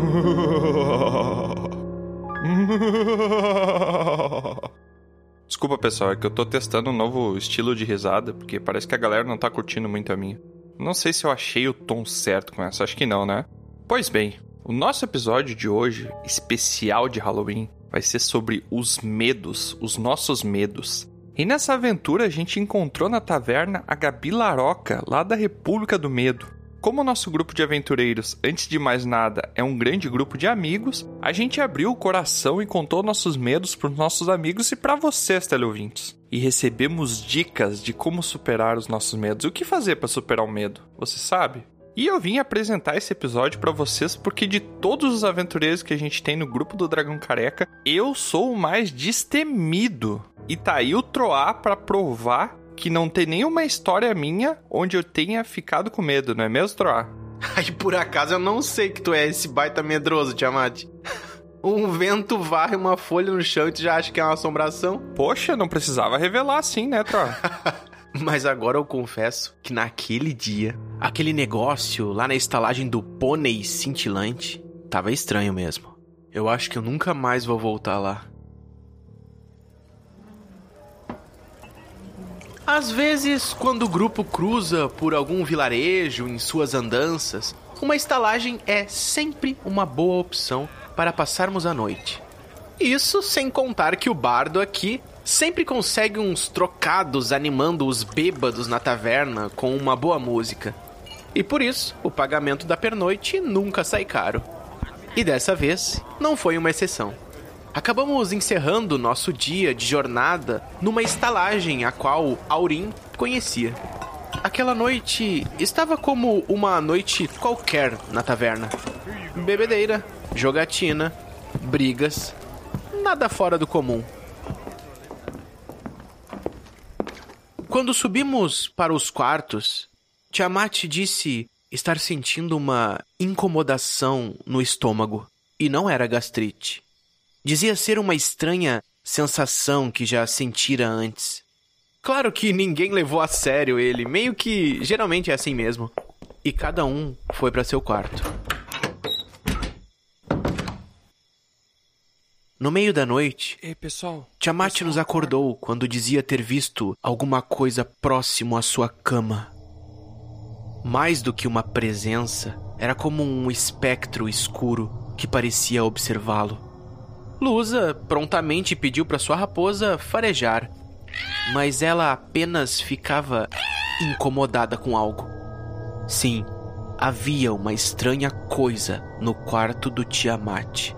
Desculpa, pessoal, é que eu tô testando um novo estilo de risada, porque parece que a galera não tá curtindo muito a minha. Não sei se eu achei o tom certo com essa, acho que não, né? Pois bem, o nosso episódio de hoje, especial de Halloween, vai ser sobre os medos, os nossos medos. E nessa aventura a gente encontrou na taverna a Gabi Laroca, lá da República do Medo. Como o nosso grupo de aventureiros, antes de mais nada, é um grande grupo de amigos, a gente abriu o coração e contou nossos medos para os nossos amigos e para vocês, teleouvintes. E recebemos dicas de como superar os nossos medos. O que fazer para superar o medo? Você sabe? E eu vim apresentar esse episódio para vocês porque de todos os aventureiros que a gente tem no grupo do Dragão Careca, eu sou o mais destemido. E tá aí o Troá para provar que não tem nenhuma história minha onde eu tenha ficado com medo, não é mesmo, Troá? Aí por acaso eu não sei que tu é esse baita medroso, Tiamat. Um vento varre uma folha no chão e tu já acha que é uma assombração? Poxa, não precisava revelar assim, né, Troá? Mas agora eu confesso que naquele dia, aquele negócio lá na estalagem do pônei cintilante tava estranho mesmo. Eu acho que eu nunca mais vou voltar lá. Às vezes, quando o grupo cruza por algum vilarejo em suas andanças, uma estalagem é sempre uma boa opção para passarmos a noite. Isso sem contar que o bardo aqui sempre consegue uns trocados animando os bêbados na taverna com uma boa música. E por isso, o pagamento da pernoite nunca sai caro. E dessa vez, não foi uma exceção. Acabamos encerrando nosso dia de jornada numa estalagem a qual Aurim conhecia. Aquela noite estava como uma noite qualquer na taverna: bebedeira, jogatina, brigas, nada fora do comum. Quando subimos para os quartos, Tiamat disse estar sentindo uma incomodação no estômago, e não era gastrite. Dizia ser uma estranha sensação que já sentira antes. Claro que ninguém levou a sério ele, meio que geralmente é assim mesmo. E cada um foi para seu quarto. No meio da noite, Ei, pessoal, Tiamat nos acordou quando dizia ter visto alguma coisa próximo à sua cama. Mais do que uma presença, era como um espectro escuro que parecia observá-lo. Lusa prontamente pediu para sua raposa farejar, mas ela apenas ficava incomodada com algo. Sim, havia uma estranha coisa no quarto do Tiamat.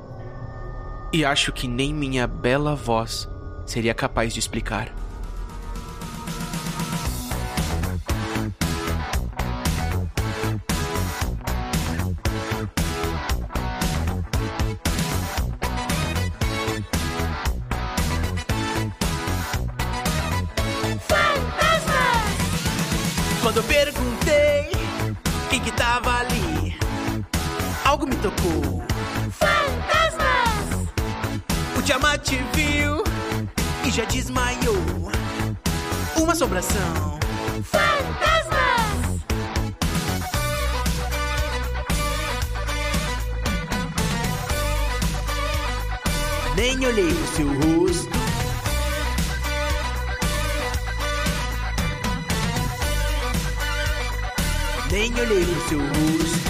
E acho que nem minha bela voz seria capaz de explicar. Quando eu perguntei quem que tava ali, algo me tocou. Fantasmas! O Tiamat viu e já desmaiou. Uma assombração. Fantasmas! Nem olhei o seu rosto. Nem olhei no seu rosto.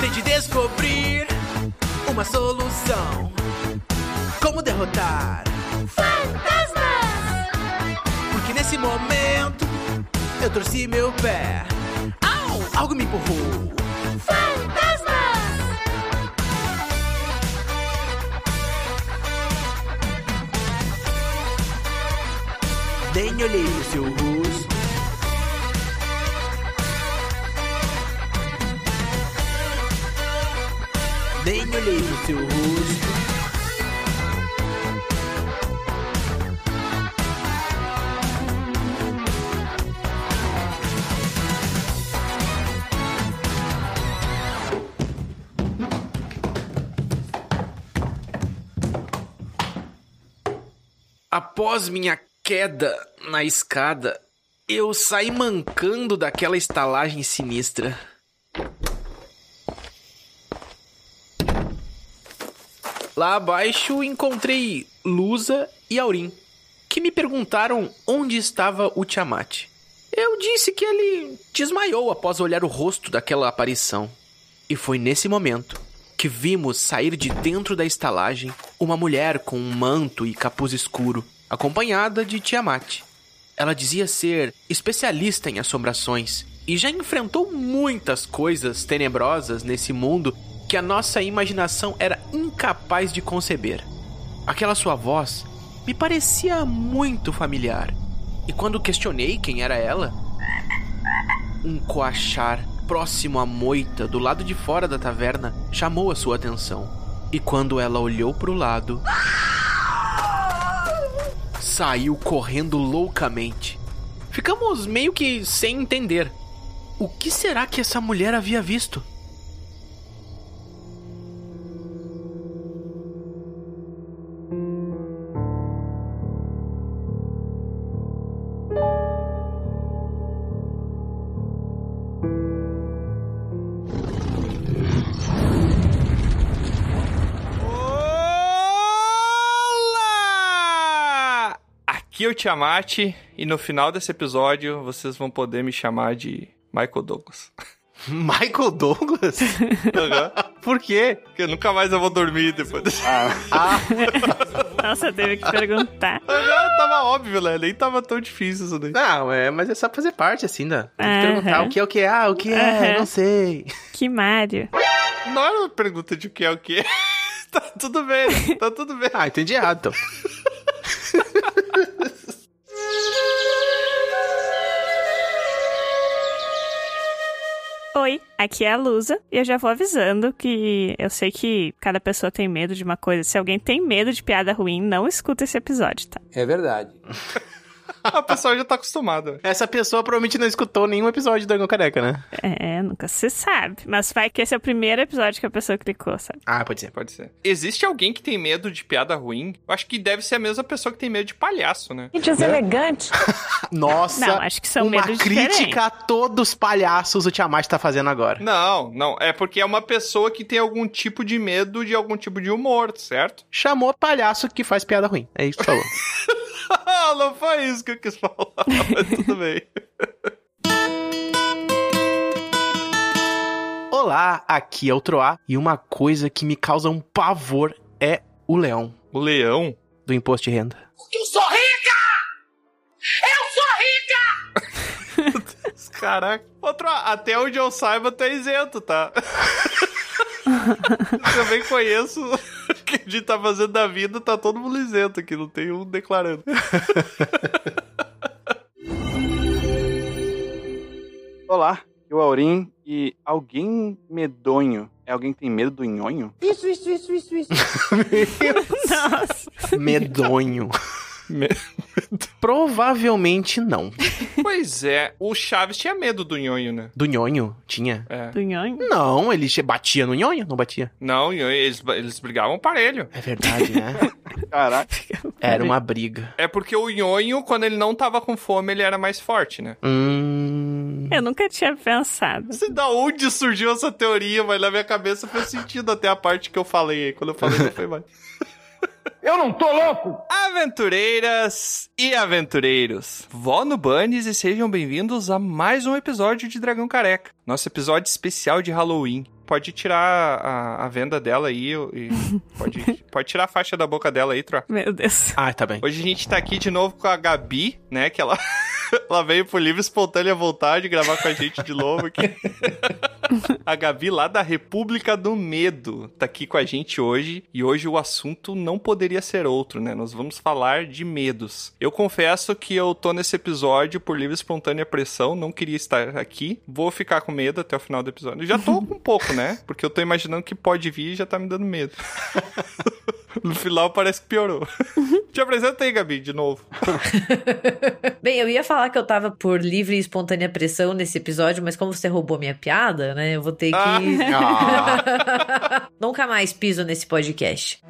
Tente descobrir uma solução. Como derrotar fantasmas? Porque nesse momento eu torci meu pé. Au! Algo me empurrou. Fantasmas! Nem olhei no seu rosto. Nem olhei no seu rosto. Após minha queda na escada, eu saí mancando daquela estalagem sinistra. Lá abaixo encontrei Lusa e Aurim, que me perguntaram onde estava o Tiamat. Eu disse que ele desmaiou após olhar o rosto daquela aparição. E foi nesse momento que vimos sair de dentro da estalagem uma mulher com um manto e capuz escuro, acompanhada de Tiamat. Ela dizia ser especialista em assombrações e já enfrentou muitas coisas tenebrosas nesse mundo que a nossa imaginação era incapaz de conceber. Aquela sua voz me parecia muito familiar. E quando questionei quem era ela, um coachar próximo à moita do lado de fora da taverna chamou a sua atenção. E quando ela olhou para o lado, saiu correndo loucamente. Ficamos meio que sem entender. O que será que essa mulher havia visto? Olá! Aqui é o Tiamat e no final desse episódio vocês vão poder me chamar de Michael Douglas. Michael Douglas? Aham. Por quê? Porque nunca mais eu vou dormir depois desse. Ah. Ah, Nossa, teve que perguntar. Aham, tava óbvio, né? Nem tava tão difícil isso daí. Não, é, mas é só fazer parte, assim, né? Tem que Aham. perguntar o que é o que é, ah, o que é, Aham. não sei. Que Mário. Não era uma pergunta de o que é o que. tá tudo bem, tá tudo bem. Ah, entendi errado, então. Oi, aqui é a Lusa e eu já vou avisando que eu sei que cada pessoa tem medo de uma coisa. Se alguém tem medo de piada ruim, não escuta esse episódio, tá? É verdade. A pessoa já tá acostumada. Essa pessoa provavelmente não escutou nenhum episódio do Dragão Careca, né? É, nunca se sabe. Mas vai que esse é o primeiro episódio que a pessoa clicou, sabe? Ah, pode ser. Pode ser. Existe alguém que tem medo de piada ruim? Eu acho que deve ser a mesma pessoa que tem medo de palhaço, né? Que deselegante. Nossa, Não, acho que são uma medos crítica diferentes. a todos os palhaços o Tiamat tá fazendo agora. Não, não. É porque é uma pessoa que tem algum tipo de medo de algum tipo de humor, certo? Chamou palhaço que faz piada ruim. É isso que falou. não foi isso que eu quis falar, mas tudo bem. Olá, aqui é o Troá e uma coisa que me causa um pavor é o leão O leão? do imposto de renda. Caraca. Outro, até onde eu saiba, tu é isento, tá? Eu Também conheço o que a gente tá fazendo da vida, tá todo mundo isento aqui, não tem um declarando. Olá, eu Aurim e alguém medonho é alguém que tem medo do nhonho? Isso, isso, isso, isso, isso. Nossa. Medonho. Me- Provavelmente não. Pois é, o Chaves tinha medo do nhonho, né? Do nhonho? Tinha? É. Do nhonho? Não, ele che- batia no nhonho? Não batia. Não, nhonho, eles, eles brigavam parelho. É verdade, né? Caraca, Era uma briga. É porque o nhonho, quando ele não tava com fome, ele era mais forte, né? Hum. Eu nunca tinha pensado. Não sei da onde surgiu essa teoria, mas na minha cabeça fez sentido até a parte que eu falei aí. Quando eu falei, não foi mais. Eu não tô louco! Aventureiras e aventureiros, vó no Bunnies e sejam bem-vindos a mais um episódio de Dragão Careca. Nosso episódio especial de Halloween. Pode tirar a, a venda dela aí e pode, pode tirar a faixa da boca dela aí, Tro. Meu Deus. Ah, tá bem. Hoje a gente tá aqui de novo com a Gabi, né? Que ela, ela veio por livre e espontânea vontade gravar com a gente de novo aqui. a Gabi, lá da República do Medo, tá aqui com a gente hoje. E hoje o assunto não poderia ser outro, né? Nós vamos falar de medos. Eu confesso que eu tô nesse episódio por livre e espontânea pressão, não queria estar aqui. Vou ficar com medo até o final do episódio. Já tô com um pouco, né? Porque eu tô imaginando que pode vir e já tá me dando medo. No final parece que piorou. Te apresenta aí, Gabi, de novo. Bem, eu ia falar que eu tava por livre e espontânea pressão nesse episódio, mas como você roubou minha piada, né? Eu vou ter que. Ah. Nunca mais piso nesse podcast.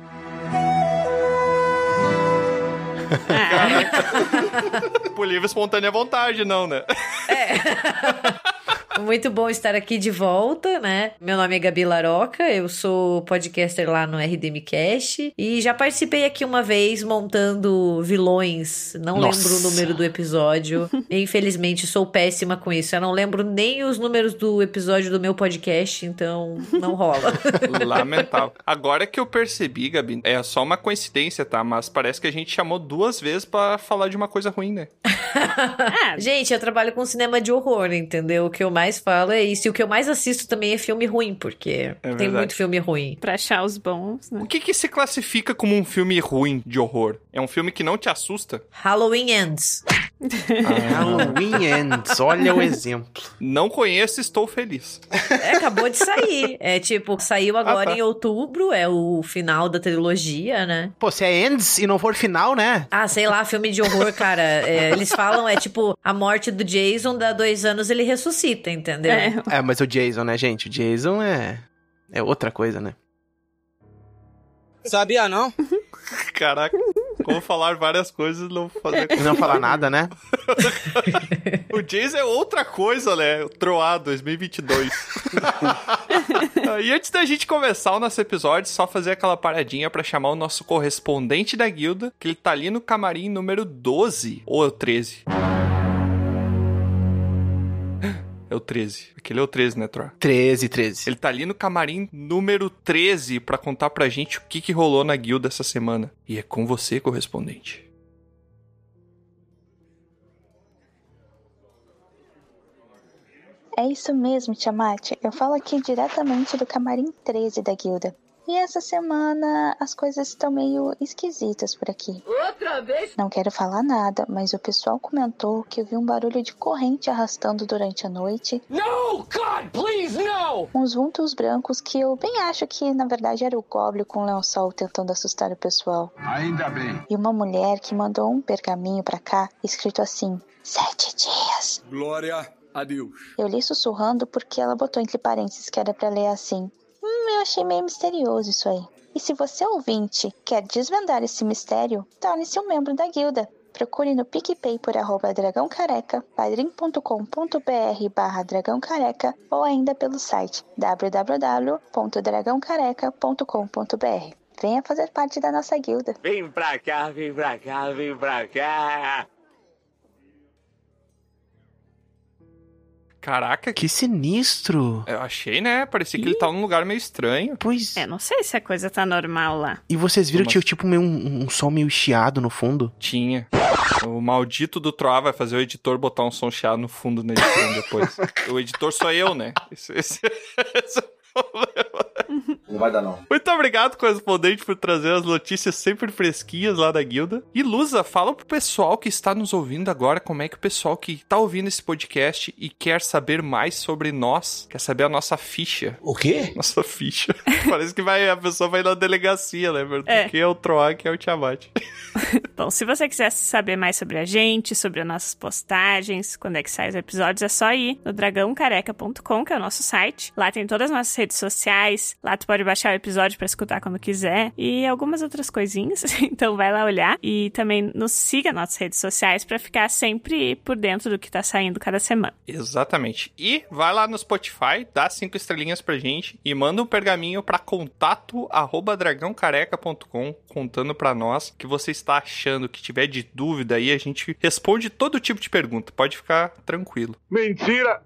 Por livre e espontânea vontade, não, né? Muito bom estar aqui de volta, né? Meu nome é Gabi Laroca, eu sou podcaster lá no RDMcast e já participei aqui uma vez montando vilões. Não Nossa. lembro o número do episódio. Infelizmente, sou péssima com isso. Eu não lembro nem os números do episódio do meu podcast, então não rola. Lamentável. Agora que eu percebi, Gabi, é só uma coincidência, tá? Mas parece que a gente chamou duas vezes pra falar de uma coisa ruim, né? Ah, Gente, eu trabalho com cinema de horror, entendeu? O que eu mais falo é isso. E o que eu mais assisto também é filme ruim, porque tem É verdade. muito filme ruim. pra achar os bons, né? O que que se classifica como um filme ruim de horror? É um filme que não te assusta? Halloween Ends. É Ah, Halloween Ends, olha o exemplo. Não conheço, estou feliz. É, acabou de sair. É tipo, saiu agora Ah, tá. em outubro, é o final da trilogia, né? Pô, se é Ends e não for final, né? Ah, sei lá, filme de horror, cara. É, eles falam, é tipo, a morte do Jason, dá dois anos ele ressuscita, entendeu? É, É, mas o Jason, né, gente? O Jason é. É outra coisa, né? Sabia não? Caraca, como falar várias coisas e não fazer... Não falar nada, né? O Jason é outra coisa, né? O Troá 2022. e antes da gente começar o nosso episódio, só fazer aquela paradinha pra chamar o nosso correspondente da guilda, que ele tá ali no camarim número 12 ou é o 13. É o 13. Aquele é o 13, né, Troá? 13, 13. Ele tá ali no camarim número 13 pra contar pra gente o que, que rolou na guilda essa semana. E é com você, correspondente. É isso mesmo, Tiamat. Eu falo aqui diretamente do camarim 13 da guilda. E essa semana as coisas estão meio esquisitas por aqui. Outra vez? Não quero falar nada, mas o pessoal comentou que eu vi um barulho de corrente arrastando durante a noite. No, God, please, no! Uns vultos brancos que eu bem acho que na verdade era o Goblin com o Leonsol tentando assustar o pessoal. Ainda bem. E uma mulher que mandou um pergaminho pra cá escrito assim: Sete dias. Glória a Deus. Eu li sussurrando porque ela botou entre parênteses que era pra ler assim. Hum, eu achei meio misterioso isso aí. E se você ouvinte quer desvendar esse mistério, torne-se um membro da guilda. Procure no PicPay por arroba dragão careca, padrim.com.br barra dragão careca ou ainda pelo site www.dragãocareca.com.br. Venha fazer parte da nossa guilda. Vem pra cá, vem pra cá, vem pra cá. Caraca, Que tá sinistro. eu achei, né? Parecia que ele tava num lugar meio estranho. Pois. É, não sei se a coisa tá normal lá. E vocês viram que Como tinha tipo meio um, um som meio chiado no fundo? Tinha. O maldito do Troá vai fazer o editor botar um som chiado no fundo na edição depois. o editor sou eu, né? Esse, esse- esse é o problema. Não vai dar, não. Muito obrigado, correspondente, por trazer as notícias sempre fresquinhas lá da guilda. E Lusa, fala pro pessoal que está nos ouvindo agora como é que o pessoal que tá ouvindo esse podcast e quer saber mais sobre nós, quer saber a nossa ficha. O quê? Nossa ficha. Parece que vai, a pessoa vai na delegacia, né? É. Porque é o Troá que é o Tiamat. Bom, se você quiser saber mais sobre a gente, sobre as nossas postagens, quando é que saem os episódios, é só ir no dragãocareca.com, que é o nosso site. Lá tem todas as nossas redes sociais, lá tu pode baixar o episódio pra escutar quando quiser e algumas outras coisinhas. Então vai lá olhar e também nos siga nas nossas redes sociais pra ficar sempre por dentro do que tá saindo cada semana. Exatamente. E vai lá no Spotify, dá cinco estrelinhas pra gente e manda um pergaminho pra contato arroba dragãocareca.com contando pra nós o que você está achando, o que tiver de dúvida aí, a gente responde todo tipo de pergunta. Pode ficar tranquilo. Mentira!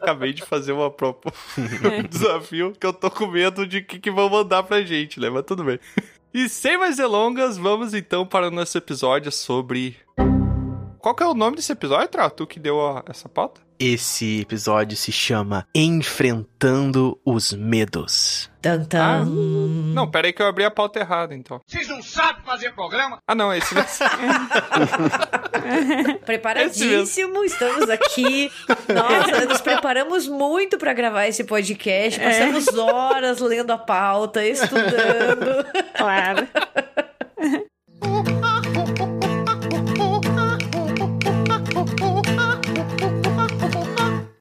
Acabei de fazer uma propo... um desafio que eu tô com medo de que, que vão mandar pra gente, né? Mas tudo bem. E sem mais delongas, vamos então para o nosso episódio sobre... Qual que é o nome desse episódio, Trau? Tu que deu a- essa pauta? Esse episódio se chama Enfrentando os Medos. Ah, Tantan. Não, pera aí que eu abri a pauta errada, então. Vocês não sabem fazer programa? Ah, não, esse... Preparadíssimo, estamos aqui. Nossa, nos preparamos muito pra gravar esse podcast. Passamos horas lendo a pauta, estudando. Claro.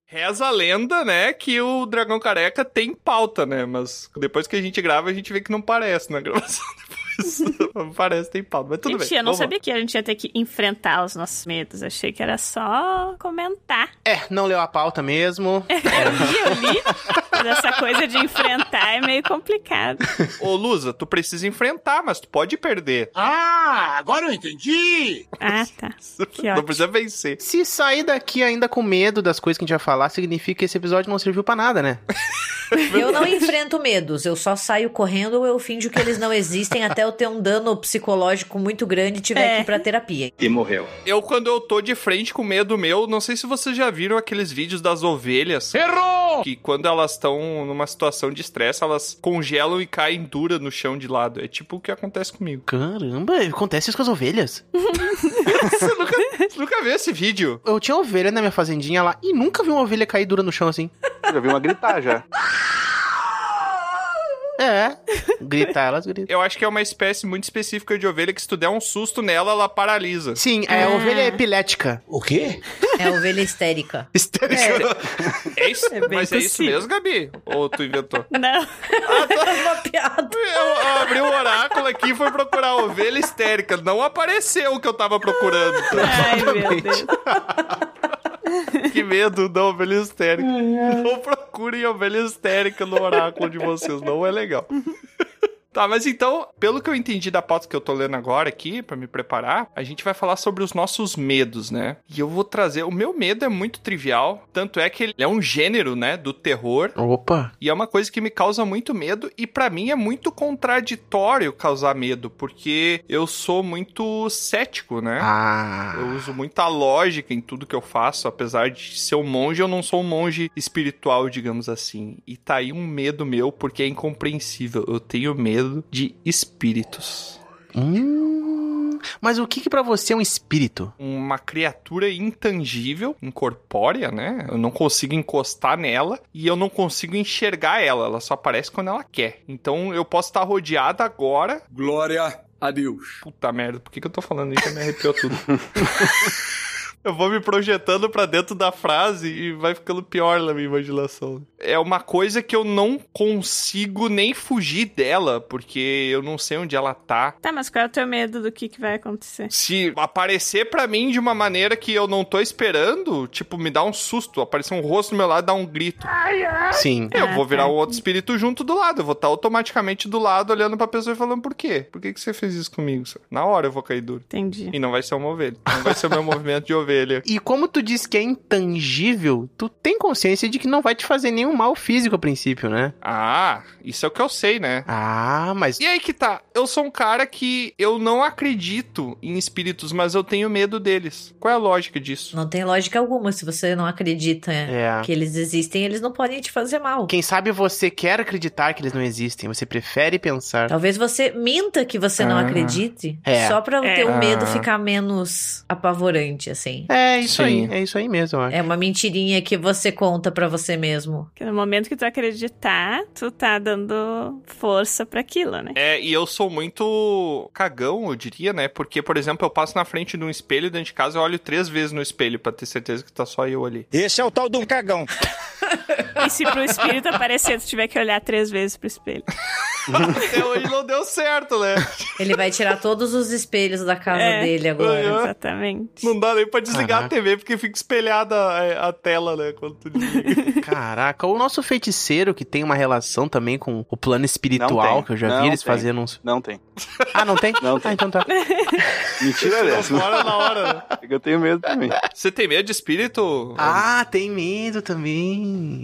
Reza a lenda, né, que o Dragão Careca tem pauta, né? Mas depois que a gente grava, a gente vê que não parece na gravação. isso não parece tem pauta, mas tudo Gente, bem. eu não vamos lá. sabia que a gente ia ter que enfrentar os nossos medos. Achei que era só comentar. É, não leu a pauta mesmo. Eu li, eu li. Mas essa coisa de enfrentar é meio complicado. Ô, Lusa, tu precisa enfrentar, mas tu pode perder. Ah, agora eu entendi! Ah, tá. Que não ótimo. precisa vencer. Se sair daqui ainda com medo das coisas que a gente vai falar, significa que esse episódio não serviu pra nada, né? Eu não enfrento medos, eu só saio correndo ou eu finjo que eles não existem até eu ter um dano psicológico muito grande e tiver É. que ir pra terapia. E morreu. Eu, quando eu tô de frente com medo meu, não sei se vocês já viram aqueles vídeos das ovelhas. Errou! Que quando elas estão numa situação de estresse, elas congelam e caem dura no chão de lado. É tipo o que acontece comigo. Caramba, acontece isso com as ovelhas. Você nunca, você nunca viu esse vídeo? Eu tinha ovelha na minha fazendinha lá e nunca vi uma ovelha cair dura no chão assim. Eu já vi uma gritar já. É, gritar, elas gritam. Eu acho que é uma espécie muito específica de ovelha que se tu der um susto nela, ela paralisa. Sim, Ah. é, a ovelha é epilética. O quê? É a ovelha histérica. É isso? É bem Mas é isso possível. mesmo, Gabi? Ou tu inventou? Não. Uma piada. Eu abri o oráculo aqui e fui procurar a ovelha histérica. Não apareceu o que eu tava procurando. Ai, meu Deus. Que medo da ovelha histérica. Não procurem ovelha histérica no oráculo de vocês, não é legal. Tá, mas então, pelo que eu entendi da pauta que eu tô lendo agora aqui, pra me preparar, a gente vai falar sobre os nossos medos, né? E eu vou trazer. O meu medo é muito trivial, tanto é que ele é um gênero, né, do terror. Opa. E é uma coisa que me causa muito medo e pra mim é muito contraditório causar medo, porque eu sou muito cético, né? Ah. Eu uso muita lógica em tudo que eu faço, apesar de ser um monge, eu não sou um monge espiritual, digamos assim. E tá aí um medo meu, porque é incompreensível. Eu tenho medo de espíritos. Hum, mas o que que pra você é um espírito? Uma criatura intangível, incorpórea, né? Eu não consigo encostar nela e eu não consigo enxergar ela. Ela só aparece quando ela quer. Então eu posso estar rodeada agora. Glória a Deus. Puta merda, por que, que eu tô falando isso? Me arrepiou tudo. Eu vou me projetando pra dentro da frase e vai ficando pior na minha imaginação. É uma coisa que eu não consigo nem fugir dela, porque eu não sei onde ela tá. Tá, mas qual é o teu medo do que, que vai acontecer? Se aparecer pra mim de uma maneira que eu não tô esperando, tipo, me dá um susto, aparecer um rosto do meu lado, dá um grito. Sim. Eu Ah, vou virar tá. um outro espírito junto do lado, eu vou estar automaticamente do lado olhando pra pessoa e falando por quê? Por que, que você fez isso comigo? senhor?" Na hora eu vou cair duro. Entendi. E não vai ser uma ovelha. Não vai ser o meu movimento de ovelha. E como tu diz que é intangível, tu tem consciência de que não vai te fazer nenhum mal físico a princípio, né? Ah, isso é o que eu sei, né? Ah, mas. E aí que tá, eu sou um cara que eu não acredito em espíritos, mas eu tenho medo deles. Qual é a lógica disso? Não tem lógica alguma se você não acredita É. que eles existem, eles não podem te fazer mal. Quem sabe você quer acreditar que eles não existem, você prefere pensar. Tá. Talvez você minta que você não Ah. acredite, É. só pra o É. teu medo Ah. ficar menos apavorante, assim. É isso Sim. aí, é isso aí mesmo, eu acho. É uma mentirinha que você conta pra você mesmo. Porque no momento que tu acreditar, tu tá dando força pra aquilo, né? É, e eu sou muito cagão, eu diria, né? Porque, por exemplo, eu passo na frente de um espelho dentro de casa, eu olho três vezes no espelho pra ter certeza que tá só eu ali. Esse é o tal de um cagão. E se pro espírito aparecer, tu tiver que olhar três vezes pro espelho. Até hoje não deu certo, né? Ele vai tirar todos os espelhos da casa É. dele agora. Aham. Exatamente. Não dá nem pra desligar Caraca. a TV, porque fica espelhada a, a tela, né? Quando tu desliga. Caraca, o nosso feiticeiro que tem uma relação também com o plano Não espiritual, tem. que eu já Não vi eles tem. fazendo uns. Não tem. Ah, não tem? Não tem. Ah, então tá. É Mentira dessa. Bora na hora, né? Eu tenho medo também. Você tem medo de espírito? Ah, tem medo também.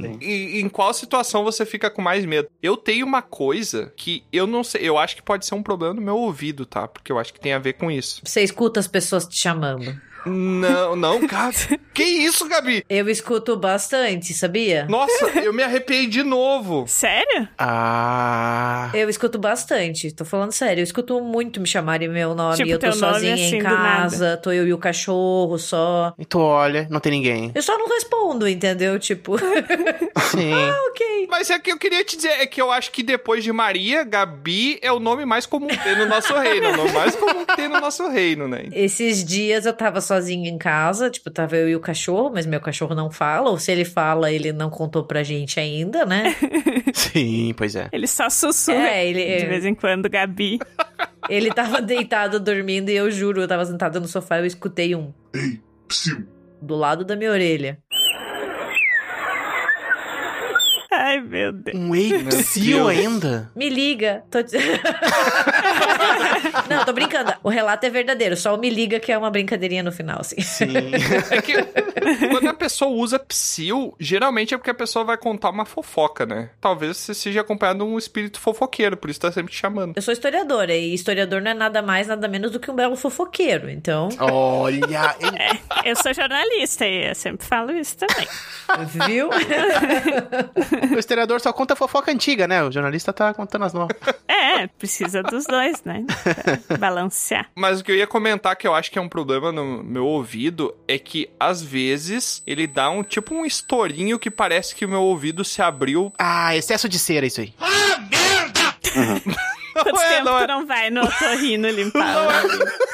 Tem. E em qual situação você fica com mais medo? Eu tenho uma coisa que eu não sei, eu acho que pode ser um problema no meu ouvido, tá? Porque eu acho que tem a ver com isso. Você escuta as pessoas te chamando. Não, não, cara. que isso, Gabi? Eu escuto bastante, sabia? Nossa, eu me arrepiei de novo. Sério? Ah. Eu escuto bastante, tô falando sério. Eu escuto muito me chamarem meu nome. Tipo, eu tô teu nome, sozinha assim, do em nada. casa, tô eu e o cachorro só. E tu olha, não tem ninguém. Eu só não respondo, entendeu? Tipo, Sim. ok. Mas é que eu queria te dizer, é que eu acho que depois de Maria, Gabi é o nome mais comum que tem no nosso reino. É o nome mais comum que tem no nosso reino, né? Esses dias eu tava sozinha em casa, tipo, tava eu e o cachorro, mas meu cachorro não fala, ou se ele fala, ele não contou pra gente ainda, né? Sim, pois é. Ele só sussurra é, ele, de vez em quando, Gabi. Ele tava deitado dormindo e eu juro, eu tava sentada no sofá e eu escutei um Psiu. do lado da minha orelha. Ai, meu Deus. Um ei psiu Deus. ainda? Me liga. Tô te- Não, tô brincando. O relato é verdadeiro, só o me liga que é uma brincadeirinha no final, assim. Sim. É que quando a pessoa usa psil, geralmente é porque a pessoa vai contar uma fofoca, né? Talvez você seja acompanhado de um espírito fofoqueiro, por isso tá sempre te chamando. Eu sou historiadora e historiador não é nada mais, nada menos do que um belo fofoqueiro, então. Olha, hein? É, Eu sou jornalista e eu sempre falo isso também. Viu? o historiador só conta fofoca antiga, né? O jornalista tá contando as novas. É, precisa dos dois, né? Pra balancear. Mas o que eu ia comentar que eu acho que é um problema no meu ouvido é que às vezes ele dá um tipo um estourinho que parece que o meu ouvido se abriu. Ah, excesso de cera isso aí. Quanto Ué, tempo não é- tu não vai no otorrino limpar? Não é-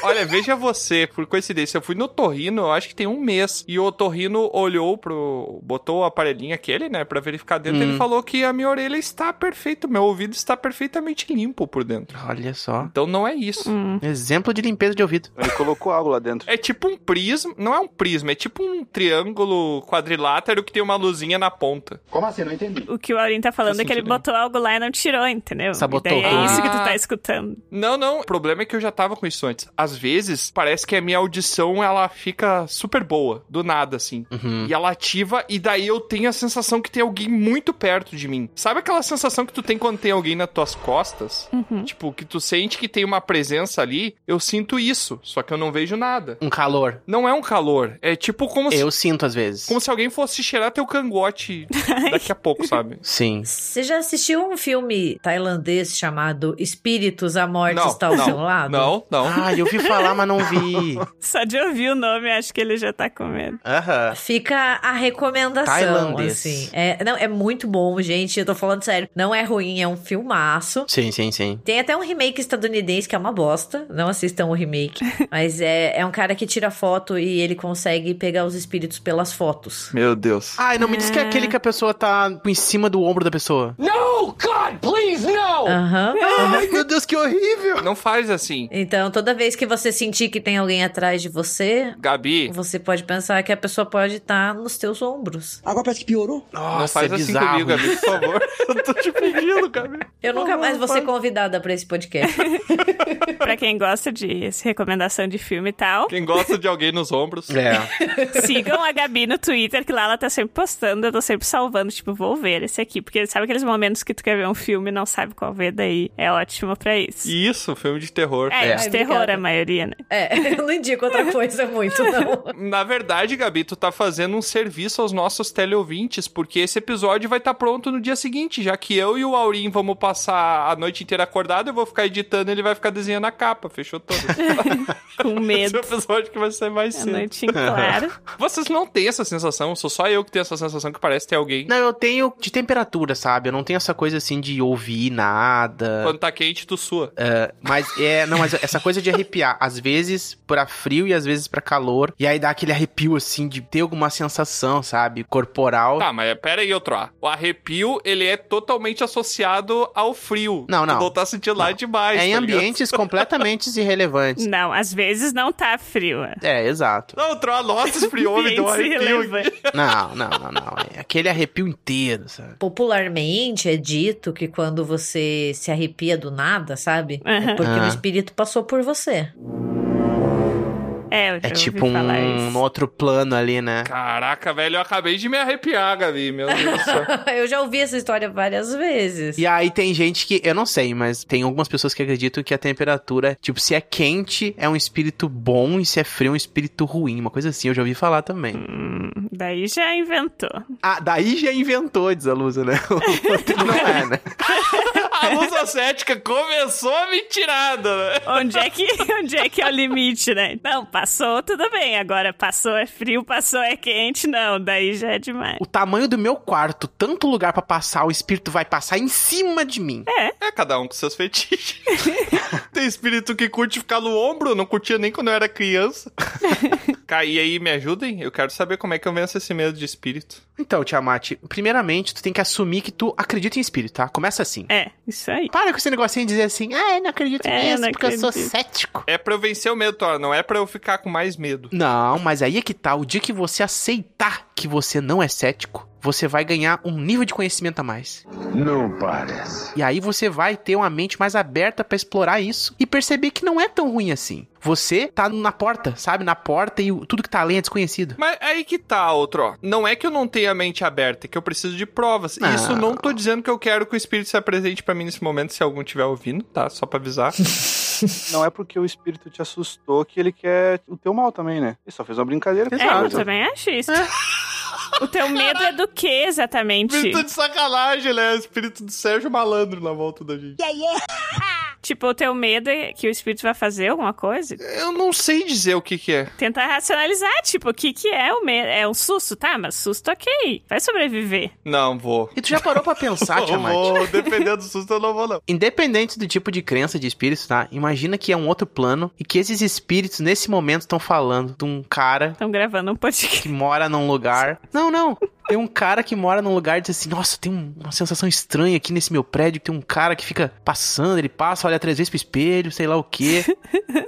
Olha, veja você, por coincidência, eu fui no Torrino, eu acho que tem um mês, e o Torrino olhou pro. botou o aparelhinho aquele, né, pra verificar dentro, Hum. ele falou que a minha orelha está perfeita, meu ouvido está perfeitamente limpo por dentro. Olha só. Então não é isso. Hum. Exemplo de limpeza de ouvido. Ele colocou algo lá dentro. É tipo um prisma, não é um prisma, é tipo um triângulo quadrilátero que tem uma luzinha na ponta. Como assim? Não entendi. O que o Aurim tá falando Faz é que ele sentido, né? botou algo lá e não tirou, entendeu? Sabotou. E daí é isso que tu Ah. tá escutando. Não, não, o problema é que eu já tava com isso antes. Às vezes, parece que a minha audição, ela fica super boa, do nada, assim. Uhum. E ela ativa, e daí eu tenho a sensação que tem alguém muito perto de mim. Sabe aquela sensação que tu tem quando tem alguém nas tuas costas? Uhum. Tipo, que tu sente que tem uma presença ali, eu sinto isso, só que eu não vejo nada. Um calor. Não é um calor, é tipo como se, Eu sinto às vezes. como se alguém fosse cheirar teu cangote daqui a pouco, sabe? Sim. Você já assistiu um filme tailandês chamado Espíritos à Morte Não, Está ao não, Seu Lado? Não, não. Ah, eu vi falar, mas não vi. Só de ouvir o nome, acho que ele já tá com medo. Aham. Fica a recomendação, Tailandês. assim. É, não, é muito bom, gente. Eu tô falando sério. Não é ruim, é um filmaço. Sim, sim, sim. Tem até um remake estadunidense que é uma bosta. Não assistam o remake. Mas é, é um cara que tira foto e ele consegue pegar os espíritos pelas fotos. Meu Deus. Ai, não me diz que é Ah. aquele que a pessoa tá em cima do ombro da pessoa. No, God, please, no! Aham. Ah, Ai, meu Deus, que horrível! Não faz assim. Então, toda vez que você sentir que tem alguém atrás de você, Gabi, você pode pensar que a pessoa pode estar nos teus ombros. Agora parece que piorou. Nossa, não faz é assim bizarro. comigo, Gabi, por favor. eu tô te pedindo, Gabi. Eu nunca Não, mais não vou ser pode. convidada pra esse podcast. Pra quem gosta de recomendação de filme e tal, Quem gosta de alguém nos ombros. É. sigam a Gabi no Twitter, que lá ela tá sempre postando, eu tô sempre salvando, tipo, vou ver esse aqui. Porque sabe aqueles momentos que tu quer ver um filme e não sabe qual ver, daí é ótimo pra isso. Isso, filme de terror. É, É. de Ai, terror obrigada. a maioria, né? é, eu não indico outra coisa muito, não. Na verdade, Gabi, tu tá fazendo um serviço aos nossos teleouvintes, porque esse episódio vai estar pronto no dia seguinte, já que eu e o Aurim vamos passar a noite inteira acordado, eu vou ficar editando, ele vai ficar desenhando a capa, fechou todo. esse Com é medo. o episódio que vai ser mais A cedo. noite em claro. Vocês não têm essa sensação, sou só eu que tenho essa sensação que parece ter alguém. Não, eu tenho de temperatura, sabe? Eu não tenho essa coisa assim de ouvir nada. Quando tá quente, tu sua. Mas é, não, mas essa coisa de arrepiar, às vezes pra frio e às vezes pra calor, e aí dá aquele arrepio assim de ter alguma sensação, sabe, corporal. Tá, mas pera aí, outro. ó. O arrepio, ele é totalmente associado ao frio. Não, não. Tu não tá sentindo lá Não. demais. é em tá ligado? ambientes completamente irrelevantes. Não, às vezes não tá frio. É, exato. Não, Tro, nossa, esfriou, me deu um Ambientes arrepio aqui. irrelevantes. Não, não, não, não. É aquele arrepio inteiro, sabe? Popularmente é dito que quando você se arrepia do nada, sabe? É porque Aham. o espírito passou por você. É, eu já É ouvi tipo um, falar um isso. outro plano ali, né? Caraca, velho, eu acabei de me arrepiar, Gabi. Meu Deus do céu. eu já ouvi essa história várias vezes. E aí tem gente que, eu não sei, mas tem algumas pessoas que acreditam que a temperatura, tipo, se é quente, é um espírito bom, e se é frio, é um espírito ruim. Uma coisa assim, eu já ouvi falar também. Hum, daí já inventou. Ah, daí já inventou, diz a Lusa, né? O outro não é, né? A luz ascética começou a mentirada, né? Onde é, que, onde é que é o limite, né? Não, passou, tudo bem. Agora passou é frio, passou é quente, não. Daí já é demais. O tamanho do meu quarto, tanto lugar pra passar, o espírito vai passar em cima de mim. É, cada um com seus fetiches. Tem espírito que curte ficar no ombro, eu não curtia nem quando eu era criança. Caí aí, me ajudem? Eu quero saber como é que eu venço esse medo de espírito. Então, Tiamat, primeiramente, tu tem que assumir que tu acredita em espírito, tá? Começa assim. É, isso aí. Para com esse negocinho de dizer assim, ah, eu não acredito É, nisso, não porque eu sou acredito. cético. É pra eu vencer o medo, Thor, não é pra eu ficar com mais medo. Não, mas aí é que tá. O dia que você aceitar que você não é cético, você vai ganhar um nível de conhecimento a mais. Não parece. E aí você vai ter uma mente mais aberta pra explorar isso e perceber que não é tão ruim assim. Você tá na porta, sabe? Na porta e o- tudo que tá além é desconhecido. Mas aí que tá, outro, ó. Não é que eu não tenha a mente aberta, é que eu preciso de provas. Não. Isso não tô dizendo que eu quero que o espírito se apresente pra mim nesse momento, se algum tiver ouvindo, tá? Só pra avisar. Não é porque o espírito te assustou que ele quer o teu mal também, né? Ele só fez uma brincadeira. com É, eu você. também acho isso. É. O teu medo é do que exatamente? espírito de sacanagem, né? O espírito do Sérgio Malandro na volta da gente. Tipo, o teu medo é que o espírito vai fazer alguma coisa? Eu não sei dizer o que que é. Tentar racionalizar, tipo, o que que é o medo? É um susto, tá? Mas susto, ok. Vai sobreviver. Não, vou. E tu já parou pra pensar, eu Tiamat? vou, dependendo do susto, eu não vou, não. Independente do tipo de crença de espíritos, tá? Imagina que é um outro plano e que esses espíritos, nesse momento, estão falando de um cara Estão gravando um podcast. que mora num lugar. Não, não. Tem um cara que mora num lugar e diz assim: Nossa, tem um- uma sensação estranha aqui nesse meu prédio. que Tem um cara que fica passando, ele passa, olha três vezes pro espelho, sei lá o quê.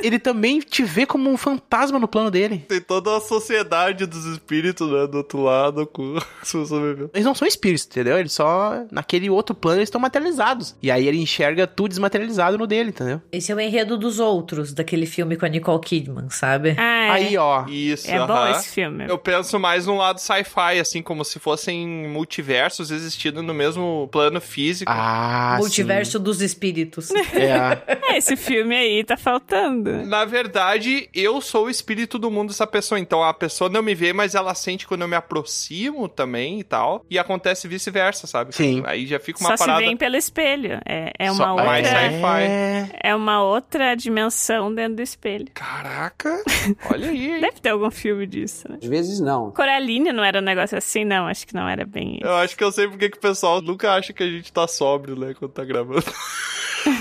ele também te vê como um fantasma no plano dele. Tem toda a sociedade dos espíritos, né? Do outro lado, com se você sobreviver. Eles não são espíritos, entendeu? Eles só. Naquele outro plano eles estão materializados. E aí ele enxerga tudo desmaterializado no dele, entendeu? Esse é o enredo dos outros, daquele filme com a Nicole Kidman, sabe? Ah, é. Aí, ó. Isso, É bom aham. esse filme. Eu penso mais num lado sci-fi, assim, como se fossem multiversos existindo no mesmo plano físico. Ah, Multiverso dos espíritos. sim. É. É, Esse filme aí tá faltando. Na verdade, eu sou o espírito do mundo dessa pessoa. Então a pessoa não me vê, mas ela sente quando eu me aproximo também e tal. E acontece vice-versa, sabe? Sim. Aí já fica uma Só parada. se vê pelo espelho. É, é Só- uma mais outra. sci-fi. É. É uma outra dimensão dentro do espelho. Caraca! Olha aí. hein? Deve ter algum filme disso, né? Às vezes não. Coraline não era um negócio assim, não. Acho que não era bem isso. Eu acho que eu sei porque que o pessoal nunca acha que a gente tá sóbrio, né? Quando tá gravando.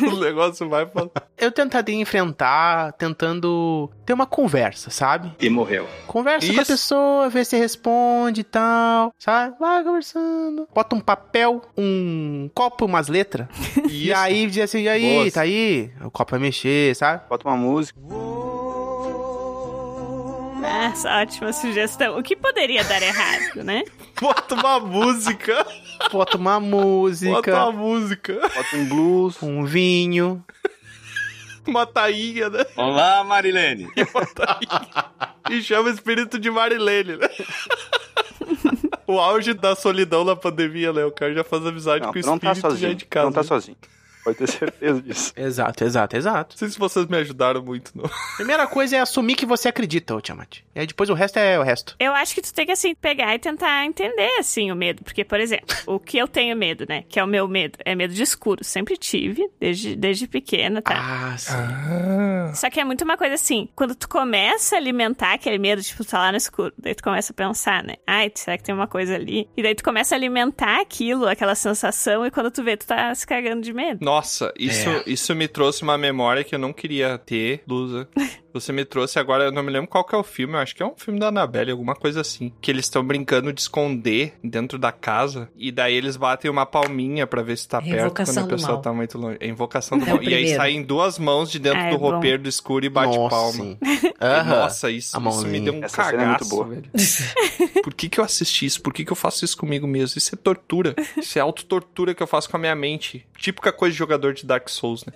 o negócio vai pra. Eu tentaria enfrentar, tentando ter uma conversa, sabe? E morreu. Conversa com a Isso. pessoa, vê se responde e tal, sabe? Vai conversando. Bota um papel, um copo, umas letras. E aí diz assim, e aí, Boas. tá aí? O copo vai mexer, sabe? Bota uma música. Nossa, ótima sugestão. O que poderia dar errado, né? Bota uma música. Bota uma Bota música, uma música. Bota um blues. um vinho. Uma tainha, né? Olá, Marilene. E chama o espírito de Marilene, né? O auge da solidão na pandemia, né? O cara já faz amizade Não, com o espírito tu não tá já é sozinho. de tu casa. Não tá né? sozinho. Pode ter certeza disso. Exato, exato, exato. Não sei se vocês me ajudaram muito, não. Primeira coisa é assumir que você acredita, ô Tiamat. E aí depois o resto é o resto. Eu acho que tu tem que, assim, pegar e tentar entender, assim, o medo. Porque, por exemplo, o que eu tenho medo, né? Que é o meu medo. É medo de escuro. Sempre tive, desde, desde pequena, tá? Ah, sim. Só que é muito uma coisa assim, quando tu começa a alimentar aquele medo, tipo, tá lá no escuro, daí tu começa a pensar, né? Ai, será que tem uma coisa ali? E daí tu começa a alimentar aquilo, aquela sensação, e quando tu vê, tu tá se cagando de medo. Nossa, isso, isso me trouxe uma memória que eu não queria ter, Lusa. Você me trouxe agora, eu não me lembro qual que é o filme, eu acho que é um filme da Annabelle, alguma coisa assim. Que eles estão brincando de esconder dentro da casa, e daí eles batem uma palminha pra ver se tá perto quando Invocação a do pessoa mal. tá muito longe. É invocação do É o mal. E aí primeiro. saem duas mãos de dentro Ah, é do bom. roupeiro do escuro e bate Nossa, palma. sim. Aham. Nossa, isso, isso A me mãozinha. deu um Essa cagaço, cena é muito boa. velho. Por que, que eu assisti isso? Por que, que eu faço isso comigo mesmo? Isso é tortura. Isso é autotortura que eu faço com a minha mente. Típica coisa de jogador de Dark Souls, né?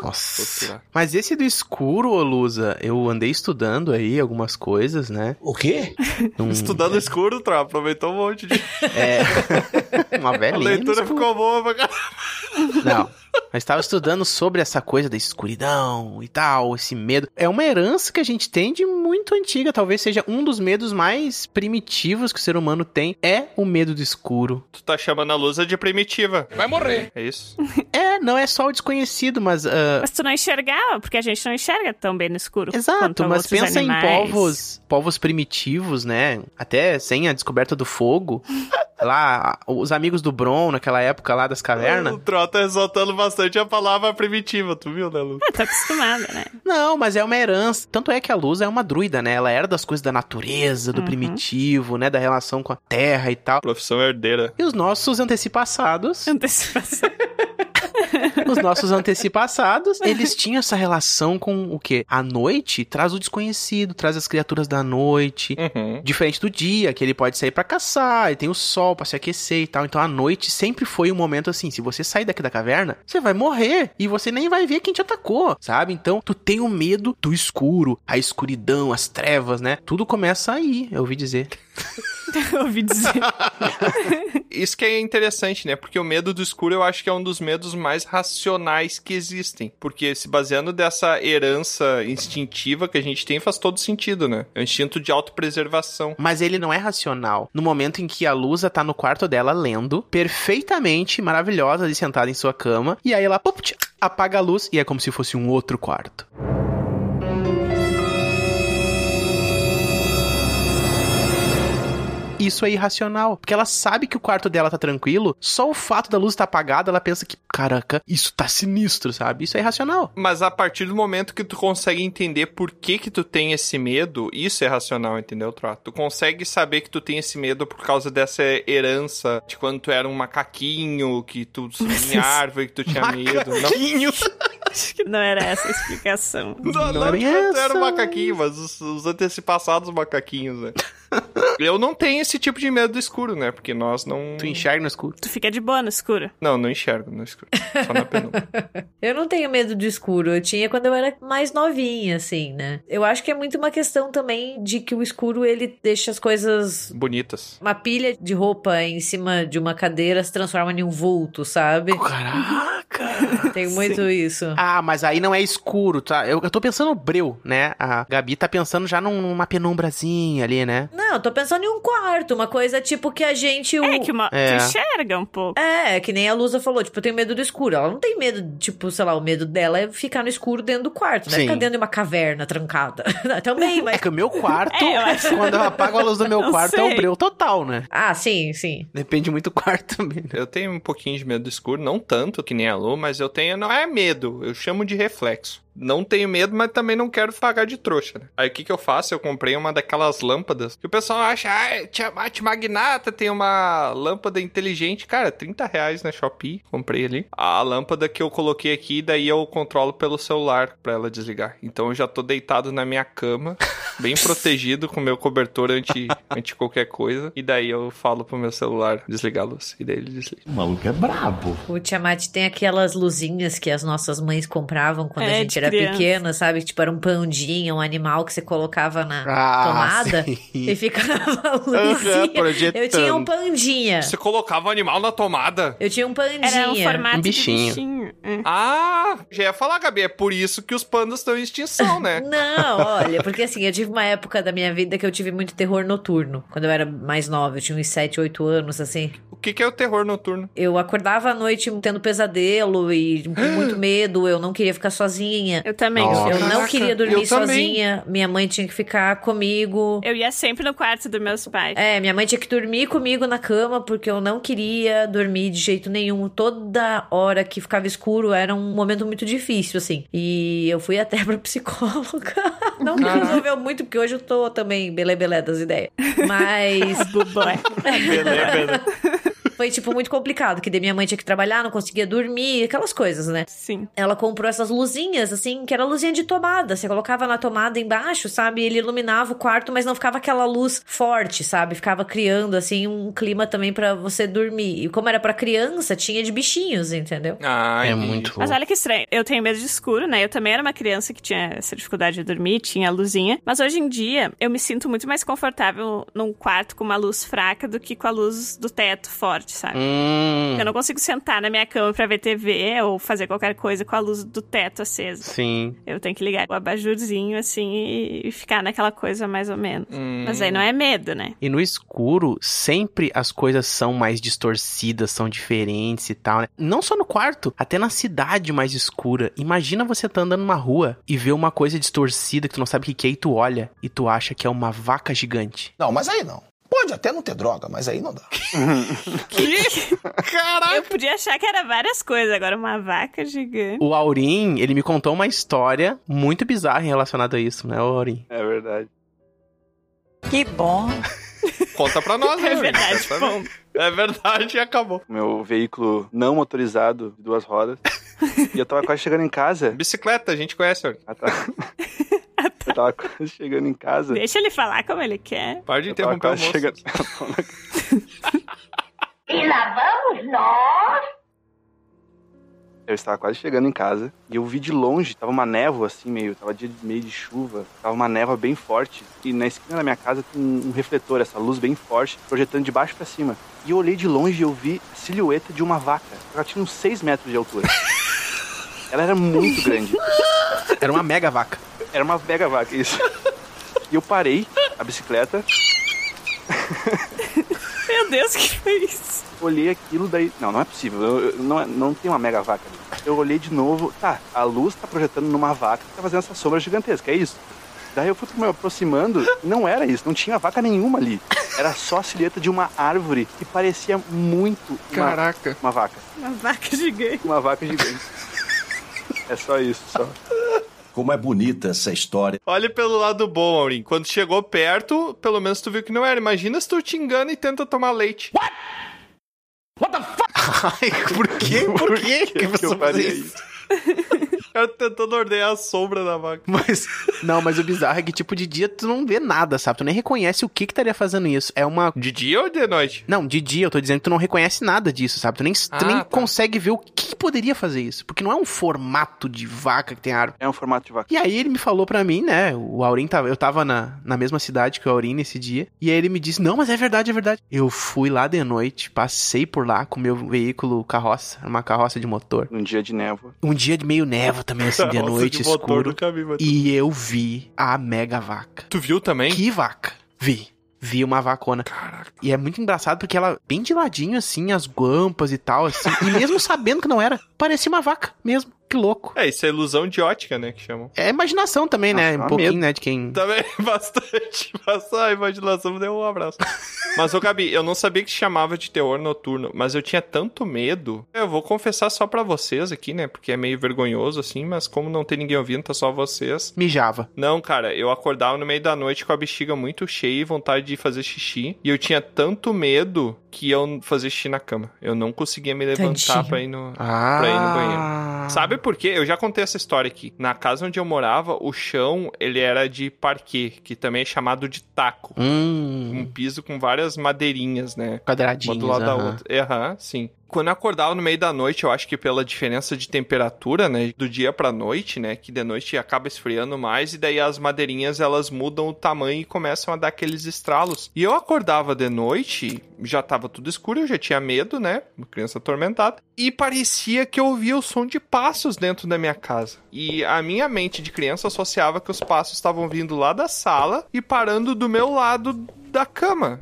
Nossa. Torturar. Mas esse do escuro, ô Lusa, eu andei estudando aí algumas coisas, né? O quê? Num- Estudando escuro, Tra, aproveitou um monte de. É. Uma A velhinha. leitura no ficou boa pra caralho. escuro. Não. Mas estava estudando sobre essa coisa da escuridão e tal, esse medo. É uma herança que a gente tem de muito antiga. Talvez seja um dos medos mais primitivos que o ser humano tem. É o medo do escuro. Tu tá chamando a Lusa de primitiva. Vai morrer. É isso? É, não é só o desconhecido, mas. ah, Mas tu não enxergava, porque a gente não enxerga tão bem no escuro. Exato, quanto mas outros pensa animais. em povos, povos primitivos, né? Até sem a descoberta do fogo, lá, os amigos do Bron, naquela época lá das cavernas. Uhum. O Trota exaltando bastante a palavra primitiva, tu viu, né, Lu? Ah, tá acostumada, né? Não, mas é uma herança. Tanto é que a Luz é uma druida, né? Ela era das coisas da natureza, do Uhum. primitivo, né? Da relação com a terra e tal. Profissão herdeira. E os nossos antepassados, Antecipação. os nossos antepassados, eles tinham essa relação com o quê? A noite traz o desconhecido, traz as criaturas da noite. Uhum. Diferente do dia, que ele pode sair pra caçar, e tem o sol pra se aquecer e tal. Então a noite sempre foi um momento assim, se você sair daqui da caverna, você vai morrer e você nem vai ver quem te atacou, sabe? Então tu tem o medo do escuro, a escuridão, as trevas, né? Tudo começa aí, eu ouvi dizer. Eu ouvi dizer. Isso que é interessante, né? Porque o medo do escuro eu acho que é um dos medos mais racionais que existem. Porque se baseando dessa herança instintiva que a gente tem, faz todo sentido, né? É um instinto de autopreservação. Mas ele não é racional. No momento em que a Lusa tá no quarto dela lendo, perfeitamente maravilhosa ali sentada em sua cama, e aí ela pop, tch, apaga a luz e é como se fosse um outro quarto. Isso é irracional, porque ela sabe que o quarto dela tá tranquilo, só o fato da luz estar apagada, ela pensa que, caraca, isso tá sinistro, sabe? Isso é irracional. Mas a partir do momento que tu consegue entender por que que tu tem esse medo, isso é racional, entendeu, Trato? Tu consegue saber que tu tem esse medo por causa dessa herança de quando tu era um macaquinho, que tu subia em árvore, que tu tinha medo. Não, Acho que não era essa a explicação. não, não era de quando tu era essa, um macaquinho, mas os, os antepassados macaquinhos, né? Eu não tenho esse tipo de medo do escuro, né? Porque nós não... Tu enxerga no escuro. Tu fica de boa no escuro. Não, não enxergo no escuro. Só na penumbra. Eu não tenho medo do escuro. Eu tinha quando eu era mais novinha, assim, né? Eu acho que é muito uma questão também de que o escuro ele deixa as coisas. Bonitas. Uma pilha de roupa em cima de uma cadeira se transforma em um vulto, sabe? Caraca! Tem muito assim? isso. Ah, mas aí não é escuro, tá? Eu, eu tô pensando no breu, né? A Gabi tá pensando já num- numa penumbrazinha ali, né? Não, eu tô pensando em um quarto, uma coisa tipo que a gente. É que uma... É. tu enxerga um pouco. É, que nem a Lusa falou, tipo, eu tenho medo do escuro. Ela não tem medo, tipo, sei lá, o medo dela é ficar no escuro dentro do quarto, não é Sim. ficar dentro de uma caverna trancada. Também, É mas. que o meu quarto, É, eu quando eu apago a luz do meu Não quarto, é o sei. breu total, né? Ah, sim, sim. Depende muito do quarto também. né? Eu tenho um pouquinho de medo do escuro, não tanto que nem a Lu, mas eu tenho. Não é medo, eu chamo de reflexo. Não tenho medo, mas também não quero pagar de trouxa, né? Aí o que, que eu faço? Eu comprei uma daquelas lâmpadas que o pessoal acha, ah, Tiamat Magnata tem uma lâmpada inteligente. Cara, 30 reais na Shopee, comprei ali. A lâmpada que eu coloquei aqui, daí eu controlo pelo celular pra ela desligar. Então eu já tô deitado na minha cama, bem protegido com meu cobertor anti, anti qualquer coisa. E daí eu falo pro meu celular desligar a luz. E daí ele desliga. O Tiamat tem aquelas luzinhas que as nossas mães compravam quando a É, gente de era criança. pequena, sabe? Tipo, era um pandinha, um animal que você colocava na Ah, tomada sim. e ficava a luzinha. eu tinha um pandinha. É. Você colocava o animal na tomada? Eu tinha um Era um pandinha. formato Um bichinho. de bichinho. É. Ah, já ia falar, Gabi, é por isso que os pandas estão em extinção, né? Não, olha, porque assim, eu tive uma época da minha vida que eu tive muito terror noturno. Quando eu era mais nova, eu tinha uns 7, 8 anos, assim. o que, que é o terror noturno? Eu acordava à noite tendo pesadelo e com muito medo, eu não queria ficar sozinha. Eu também. Nossa. Eu não Caraca, queria dormir eu também. sozinha, minha mãe tinha que ficar comigo. Eu ia sempre no quarto dos meus pais. É, minha mãe tinha que dormir comigo na cama porque eu não queria dormir de jeito nenhum. Toda hora que ficava escuro era um momento muito difícil, assim. E eu fui até pra psicóloga. Não que Caraca. resolveu muito, porque hoje eu tô também belé-belé das ideias. Mas Bubé. foi, tipo, muito complicado, que daí minha mãe tinha que trabalhar, não conseguia dormir, aquelas coisas, né? Sim. Ela comprou essas luzinhas, assim, que era luzinha de tomada. Você colocava na tomada embaixo, sabe? Ele iluminava o quarto, mas não ficava aquela luz forte, sabe? Ficava criando, assim, um clima também pra você dormir. E como era pra criança, tinha de bichinhos, entendeu? Ah, É muito Mas olha que estranho. Eu tenho medo de escuro, né? Eu também era uma criança que tinha essa dificuldade de dormir, tinha a luzinha. Mas hoje em dia, eu me sinto muito mais confortável num quarto com uma luz fraca do que com a luz do teto forte, sabe? Hum, Eu não consigo sentar na minha cama pra ver TV ou fazer qualquer coisa com a luz do teto acesa. sim. Eu tenho que ligar o abajurzinho, assim, e- e ficar naquela coisa mais ou menos. Hum, Mas aí não é medo, né? E no escuro, sempre as coisas são mais distorcidas, são diferentes e tal, né? Não só no quarto, até na cidade mais escura. Imagina você tá andando numa rua e vê uma coisa distorcida que tu não sabe o que que é e tu olha e tu acha que é uma vaca gigante. Não, mas aí não. Pode até não ter droga, mas aí não dá. Que? Caraca! Eu podia achar que era várias coisas, agora uma vaca gigante. O Aurim, ele me contou uma história muito bizarra em relacionada a isso, né, Aurim? É verdade. Que bom. Conta pra nós, né? É gente? verdade, Tá bom. vendo? É verdade e acabou. Meu veículo não motorizado de duas rodas. e eu tava quase chegando em casa. Bicicleta, a gente conhece, olha. Ah, tá. eu tava quase chegando em casa. Deixa ele falar como ele quer. Para de Eu tava interromper o quase moço. chegando. E lá vamos nós. Eu estava quase chegando em casa e eu vi de longe, tava uma névoa assim meio, tava dia de- meio de chuva, tava uma névoa bem forte. E na esquina da minha casa tem um um refletor, essa luz bem forte, projetando de baixo pra cima. E eu olhei de longe e eu vi a silhueta de uma vaca. Ela tinha uns 6 metros de altura. Ela era muito grande. Era uma mega vaca. Era uma mega vaca, isso. E eu parei a bicicleta, Meu Deus, que foi isso? olhei aquilo, daí. Não, não é possível. eu- eu- não, é- não tem uma mega vaca ali. Eu olhei de novo, tá, a luz tá projetando numa vaca que tá fazendo essa sombra gigantesca, é isso. Daí eu fui me aproximando, e não era isso, não tinha vaca nenhuma ali. Era só a silhueta de uma árvore que parecia muito uma, Caraca. uma vaca. Uma vaca gigante. Uma vaca gigante. É só isso, só. Como é bonita essa história. Olha pelo lado bom, Aurim. Quando chegou perto, pelo menos tu viu que não era. Imagina se tu te engana e tenta tomar leite. Ai, por quê? Por quê que que você eu faz faria isso? isso? O cara tentando ordenhar a sombra da vaca. Mas, não, mas o bizarro é que, tipo, de dia tu não vê nada, sabe? Tu nem reconhece o que que estaria fazendo isso. É uma... De dia ou de noite? Não, de dia eu tô dizendo que tu não reconhece nada disso, sabe? Tu nem, tu Ah, nem tá. consegue ver o que que poderia fazer isso. Porque não é um formato de vaca que tem árvore. É um formato de vaca. E aí ele me falou pra mim, né? O Aurim tava. Eu tava na, na mesma cidade que o Aurim nesse dia. E aí ele me disse: Não, mas é verdade, é verdade. Eu fui lá de noite, passei por lá com meu veículo carroça, era uma carroça de motor. Num dia de névoa. Um dia de meio névoa também, assim, de Tá, Nossa, noite, de motor né? escuro. no caminho, mas- E eu vi a mega vaca. Tu viu também? Que vaca? Vi. Vi uma vacona. Caraca. E é muito engraçado porque ela, bem de ladinho, assim, as guampas e tal, assim. e mesmo sabendo que não era, parecia uma vaca mesmo. Que louco. É, isso é ilusão de ótica, né, que chamam. É imaginação também, né? Nossa, dá um pouquinho, medo. né, de quem. Também, bastante. Mas a imaginação me deu um abraço. Mas, ô Gabi, eu não sabia que se chamava de terror noturno, mas eu tinha tanto medo. Eu vou confessar só pra vocês aqui, né? Porque é meio vergonhoso, assim, mas como não tem ninguém ouvindo, tá só vocês. Mijava. Não, cara, eu acordava no meio da noite com a bexiga muito cheia e vontade de fazer xixi. E eu tinha tanto medo que eu fazia xixi na cama. Eu não conseguia me levantar Tadinho. pra ir no. Ah. ir no Sabe por quê? Eu já contei essa história aqui. Na casa onde eu morava, o chão, ele era de parquet, que também é chamado de taco. Um Hum. piso com várias madeirinhas, né? Uma Quadradinhos. do lado da aham. outra. É, Aham, sim. Quando eu acordava no meio da noite, eu acho que pela diferença de temperatura, né? Do dia pra noite, né? Que de noite acaba esfriando mais, e daí as madeirinhas elas mudam o tamanho e começam a dar aqueles estralos. E eu acordava de noite, já tava tudo escuro, eu já tinha medo, né? Uma criança atormentada. E parecia que eu ouvia o som de passos dentro da minha casa. E a minha mente de criança associava que os passos estavam vindo lá da sala e parando do meu lado da cama.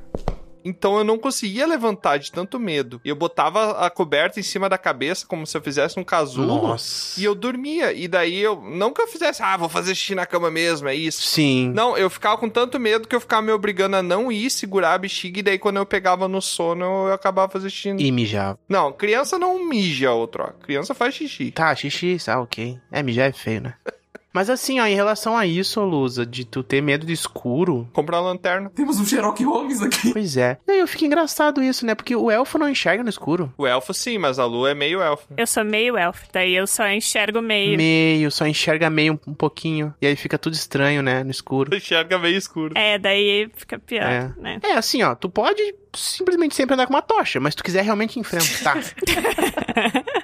Então eu não conseguia levantar de tanto medo. E eu botava a coberta em cima da cabeça como se eu fizesse um casulo. Nossa. E eu dormia. E daí eu. Não que eu fizesse, ah, vou fazer xixi na cama mesmo, é isso. Sim. Não, eu ficava com tanto medo que eu ficava me obrigando a não ir segurar a bexiga. E daí quando eu pegava no sono, eu acabava fazendo xixi. E mijava. Não, criança não mija outro. ó. Criança faz xixi. Tá, xixi, ah, ok. É, mijar é feio, né? Mas assim, ó, em relação a isso, Lusa, de tu ter medo do escuro, Comprar uma lanterna. Temos um Sherlock Holmes aqui. Pois é. E aí eu fico engraçado isso, né? Porque o elfo não enxerga no escuro. O elfo sim, mas a lua é meio elfo. Eu sou meio elfo, daí eu só enxergo meio. Meio, só enxerga meio um, um pouquinho. E aí fica tudo estranho, né? No escuro. Enxerga meio escuro. É, daí fica pior, É. né? É assim, ó, tu pode simplesmente sempre andar com uma tocha, mas se tu quiser realmente enfrentar.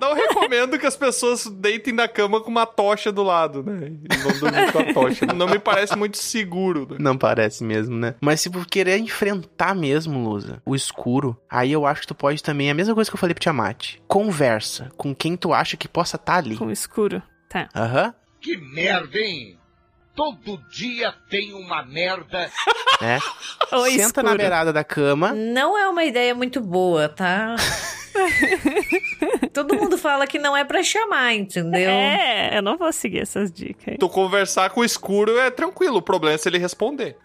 Não recomendo que as pessoas deitem na cama com uma tocha do lado, né? E vão dormir com a tocha. Não me parece muito seguro. né? não parece mesmo, né? Mas se tu querer enfrentar mesmo, Lusa, o escuro, aí eu acho que tu pode também, a mesma coisa que eu falei pro Tiamat. Conversa com quem tu acha que possa estar ali. Com o escuro. Tá. Aham. Que merda, hein? Todo dia tem uma merda. né? Ou Senta na escuro. beirada da cama. Não é uma ideia muito boa, tá? Todo mundo fala que não é pra chamar, entendeu? É, eu não vou seguir essas dicas. aí. Tu conversar com o escuro é tranquilo, o problema é se ele responder.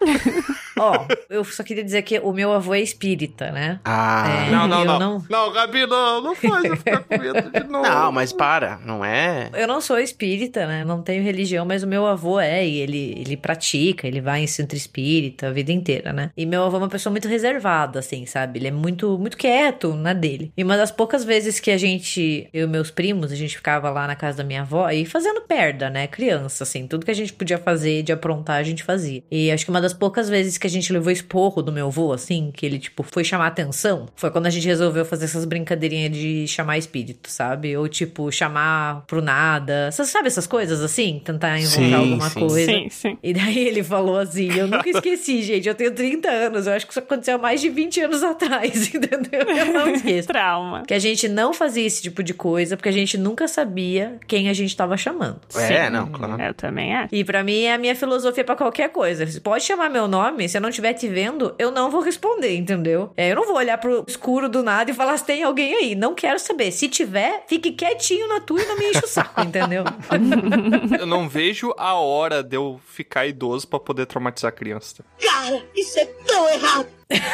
Ó, eu só queria dizer que o meu avô é espírita, né? Ah, É, não, eu não, não. não- Não, Gabi, não, não faz eu ficar com medo de novo. Não, mas para, não é? Eu não sou espírita, né? Não tenho religião, mas o meu avô é, e ele, ele pratica, ele vai em centro espírita a vida inteira, né? E meu avô é uma pessoa muito reservada, assim, sabe? Ele é muito, muito quieto na dele. E uma das poucas vezes que a gente, eu e meus primos, a gente ficava lá na casa da minha avó e fazendo perda, né? Criança, assim, tudo que a gente podia fazer de aprontar, a gente fazia. E acho que uma das poucas vezes que a gente levou esporro do meu avô, assim, que ele, tipo, foi chamar atenção, foi quando a gente resolveu fazer essas brincadeirinhas de chamar espírito, sabe? Ou, tipo, chamar pro nada. Você sabe essas coisas, assim? Tentar invocar Sim, alguma sim. coisa. Sim, sim. E daí ele falou assim, eu nunca esqueci, gente, eu tenho 30 anos, eu acho que isso aconteceu há mais de 20 anos atrás, entendeu? Eu não esqueço. Trauma. Que a gente não fazia esse tipo de coisa, porque a gente nunca sabia quem a gente tava chamando. É, não, claro. Eu também acho. E pra mim é a minha filosofia pra qualquer coisa. Você pode chamar meu nome, se eu não estiver te vendo, eu não vou responder, entendeu? É, eu não vou olhar pro escuro do nada e falar se tem alguém aí. Não quero saber. Se tiver, fique quietinho na tua e não me enche o saco, entendeu? Eu não vejo a hora de eu ficar idoso pra poder traumatizar a criança. Cara, isso é tão errado.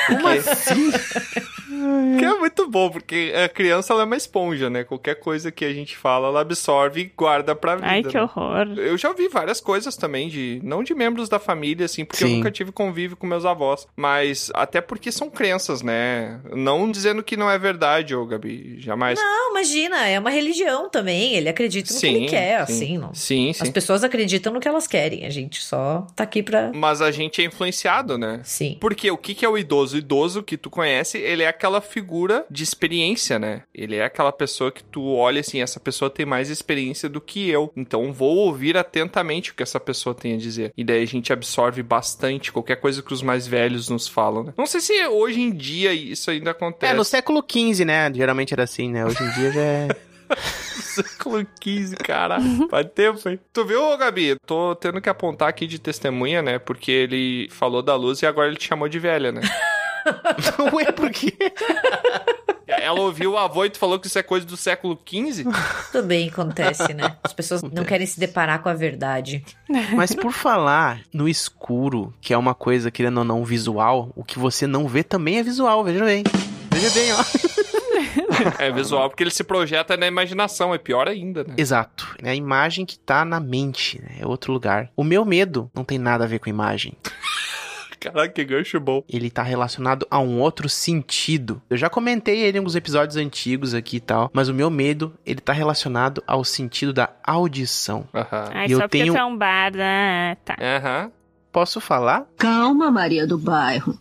Como assim? que é muito bom, porque a criança ela é uma esponja, né? Qualquer coisa que a gente fala, ela absorve e guarda pra vida. Ai, que né? horror. Eu já vi várias coisas também, de não de membros da família, assim, porque eu Sim. nunca tive convívio com meus avós. Mas até porque são crenças, né? Não dizendo que não é verdade, ô Gabi, jamais. Não, imagina, é uma religião também. Ele acredita no Sim, que ele quer, sim. assim, não. Sim, sim. As pessoas acreditam no que elas querem. A gente só tá aqui pra. Mas a gente é influenciado, né? Sim. Porque o que que é o idoso? O idoso que tu conhece, ele é aquela figura de experiência, né? Ele é aquela pessoa que tu olha assim, essa pessoa tem mais experiência do que eu. Então vou ouvir atentamente o que essa pessoa tem a dizer. E daí a gente absorve bastante qualquer coisa que os mais velhos nos falam, né? Não sei se hoje em dia isso ainda acontece. É, no século XV, né? Geralmente era assim, né? Hoje em dia já é. século XV, cara. Faz tempo, hein? Tu viu, ô, Gabi? Tô tendo que apontar aqui de testemunha, né? Porque ele falou da luz e agora ele te chamou de velha, né? Ué, por quê? Ela ouviu o avô e tu falou que isso é coisa do século XV? Tudo bem, acontece, né? As pessoas não querem se deparar com a verdade. Mas por falar no escuro, que é uma coisa, querendo ou não, visual, o que você não vê também é visual, veja bem. Veja bem, ó. É visual, porque ele se projeta na imaginação, é pior ainda, né? Exato. É a imagem que tá na mente, né? É outro lugar. O meu medo não tem nada a ver com imagem. Caraca, que gancho bom. Ele tá relacionado a um outro sentido. Eu já comentei ele em alguns episódios antigos aqui e tal, mas o meu medo, ele tá relacionado ao sentido da audição. Aham. Ai, E eu só porque tenho- tu é um bar, né? Tá. Aham. Posso falar? Calma, Maria do Bairro.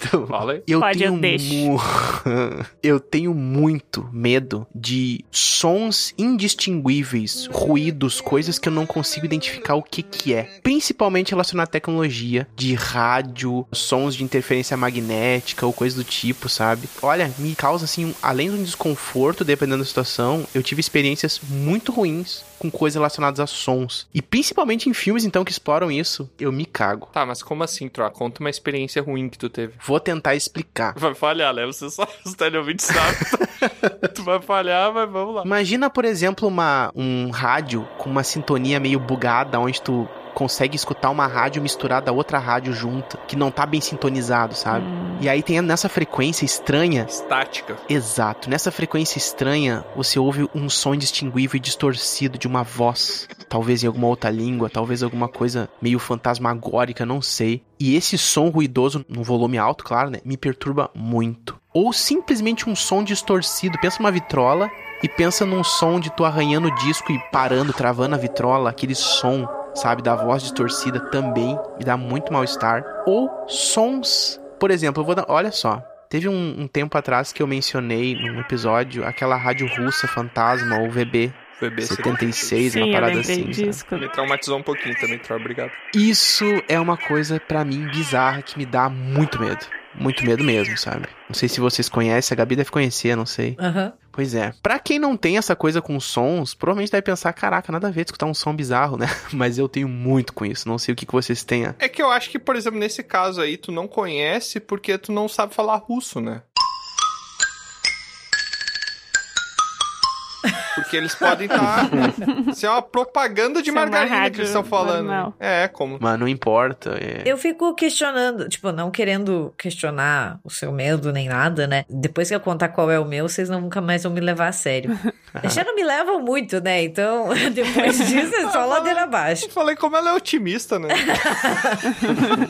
Então, Fala aí. Eu Pode, eu tenho deixo. mu- eu tenho muito medo de sons indistinguíveis, ruídos, coisas que eu não consigo identificar o que que é. Principalmente relacionado à tecnologia, de rádio, sons de interferência magnética ou coisa do tipo, sabe? Olha, me causa assim, um- além de um desconforto, dependendo da situação, eu tive experiências muito ruins com coisas relacionadas a sons. E principalmente em filmes então que exploram isso, eu me cago. Tá, mas como assim, Troa? Conta uma experiência ruim que tu teve. Vou tentar explicar. Vai falhar, né? Você só os teleouvintes sabem. tu vai falhar, mas vamos lá. Imagina, por exemplo, uma, um rádio com uma sintonia meio bugada, onde tu consegue escutar uma rádio misturada a outra rádio junta, que não tá bem sintonizado, sabe? E aí tem nessa frequência estranha. Estática. Exato, nessa frequência estranha você ouve um som indistinguível e distorcido de uma voz, talvez em alguma outra língua, talvez alguma coisa meio fantasmagórica, não sei. E esse som ruidoso, num volume alto, claro, né, me perturba muito. Ou simplesmente um som distorcido, pensa numa vitrola e pensa num som de tu arranhando o disco e parando, travando a vitrola, aquele som, sabe, da voz distorcida também me dá muito mal-estar. Ou sons, por exemplo, eu vou dar, olha só, Teve um, um tempo atrás que eu mencionei num episódio aquela rádio russa fantasma, ou VB Bebê, 76, Sim, uma eu parada lembrei assim. sabe? disso. assim. Me traumatizou um pouquinho também, Troa. Obrigado. Isso é uma coisa pra mim bizarra que me dá muito medo. Muito medo mesmo, sabe? Não sei se vocês conhecem, a Gabi deve conhecer, não sei. Aham. Pois é. Pra quem não tem essa coisa com sons, provavelmente deve pensar, caraca, nada a ver escutar um som bizarro, né? Mas eu tenho muito com isso, não sei o que, que vocês tenham. É que eu acho que, por exemplo, nesse caso aí, tu não conhece porque tu não sabe falar russo, né? Porque eles podem estar. Isso é uma propaganda de Isso é uma margarina que rádio eles estão falando. normal. É, como. Mas não importa. é- Eu fico questionando, tipo, não querendo questionar o seu medo nem nada, né? Depois que eu contar qual é o meu, vocês não- nunca mais vão me levar a sério. Eles Já não me levam muito, né? Então, depois disso é Tá só ladeira abaixo. Eu falei como ela é otimista, né?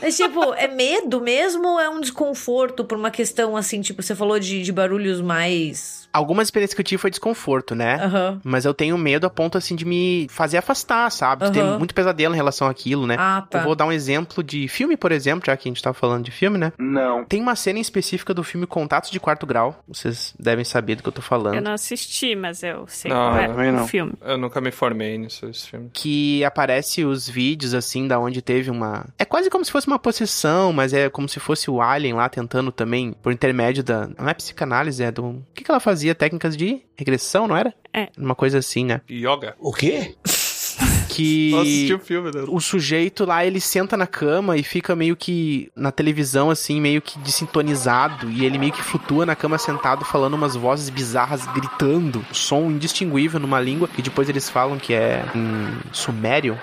Mas, tipo, é medo mesmo ou é um desconforto por uma questão assim, tipo, você falou de, de barulhos mais. Algumas experiências que eu tive foi desconforto, né? Aham. Mas eu tenho medo a ponto, assim, de me fazer afastar, sabe? De ter Aham. muito pesadelo em relação àquilo, né? Ah, tá. Eu vou dar um exemplo de filme, por exemplo, já que a gente tá falando de filme, né? Não. Tem uma cena em específica do filme Contatos de Quarto Grau. Vocês devem saber do que eu tô falando. Eu não assisti, mas eu sei qual é o filme. Eu nunca me formei nesses filmes. que aparece os vídeos assim da onde teve uma é quase como se fosse uma possessão mas é como se fosse o alien lá tentando também por intermédio da não é psicanálise é do o que que ela fazia técnicas de regressão não era é uma coisa assim né Yoga. o quê que Eu assisti o filme, né? o sujeito lá, ele senta na cama e fica meio que na televisão, assim, meio que desintonizado. E ele meio que flutua na cama sentado, falando umas vozes bizarras, gritando. Um Som indistinguível numa língua que depois eles falam que é em sumério.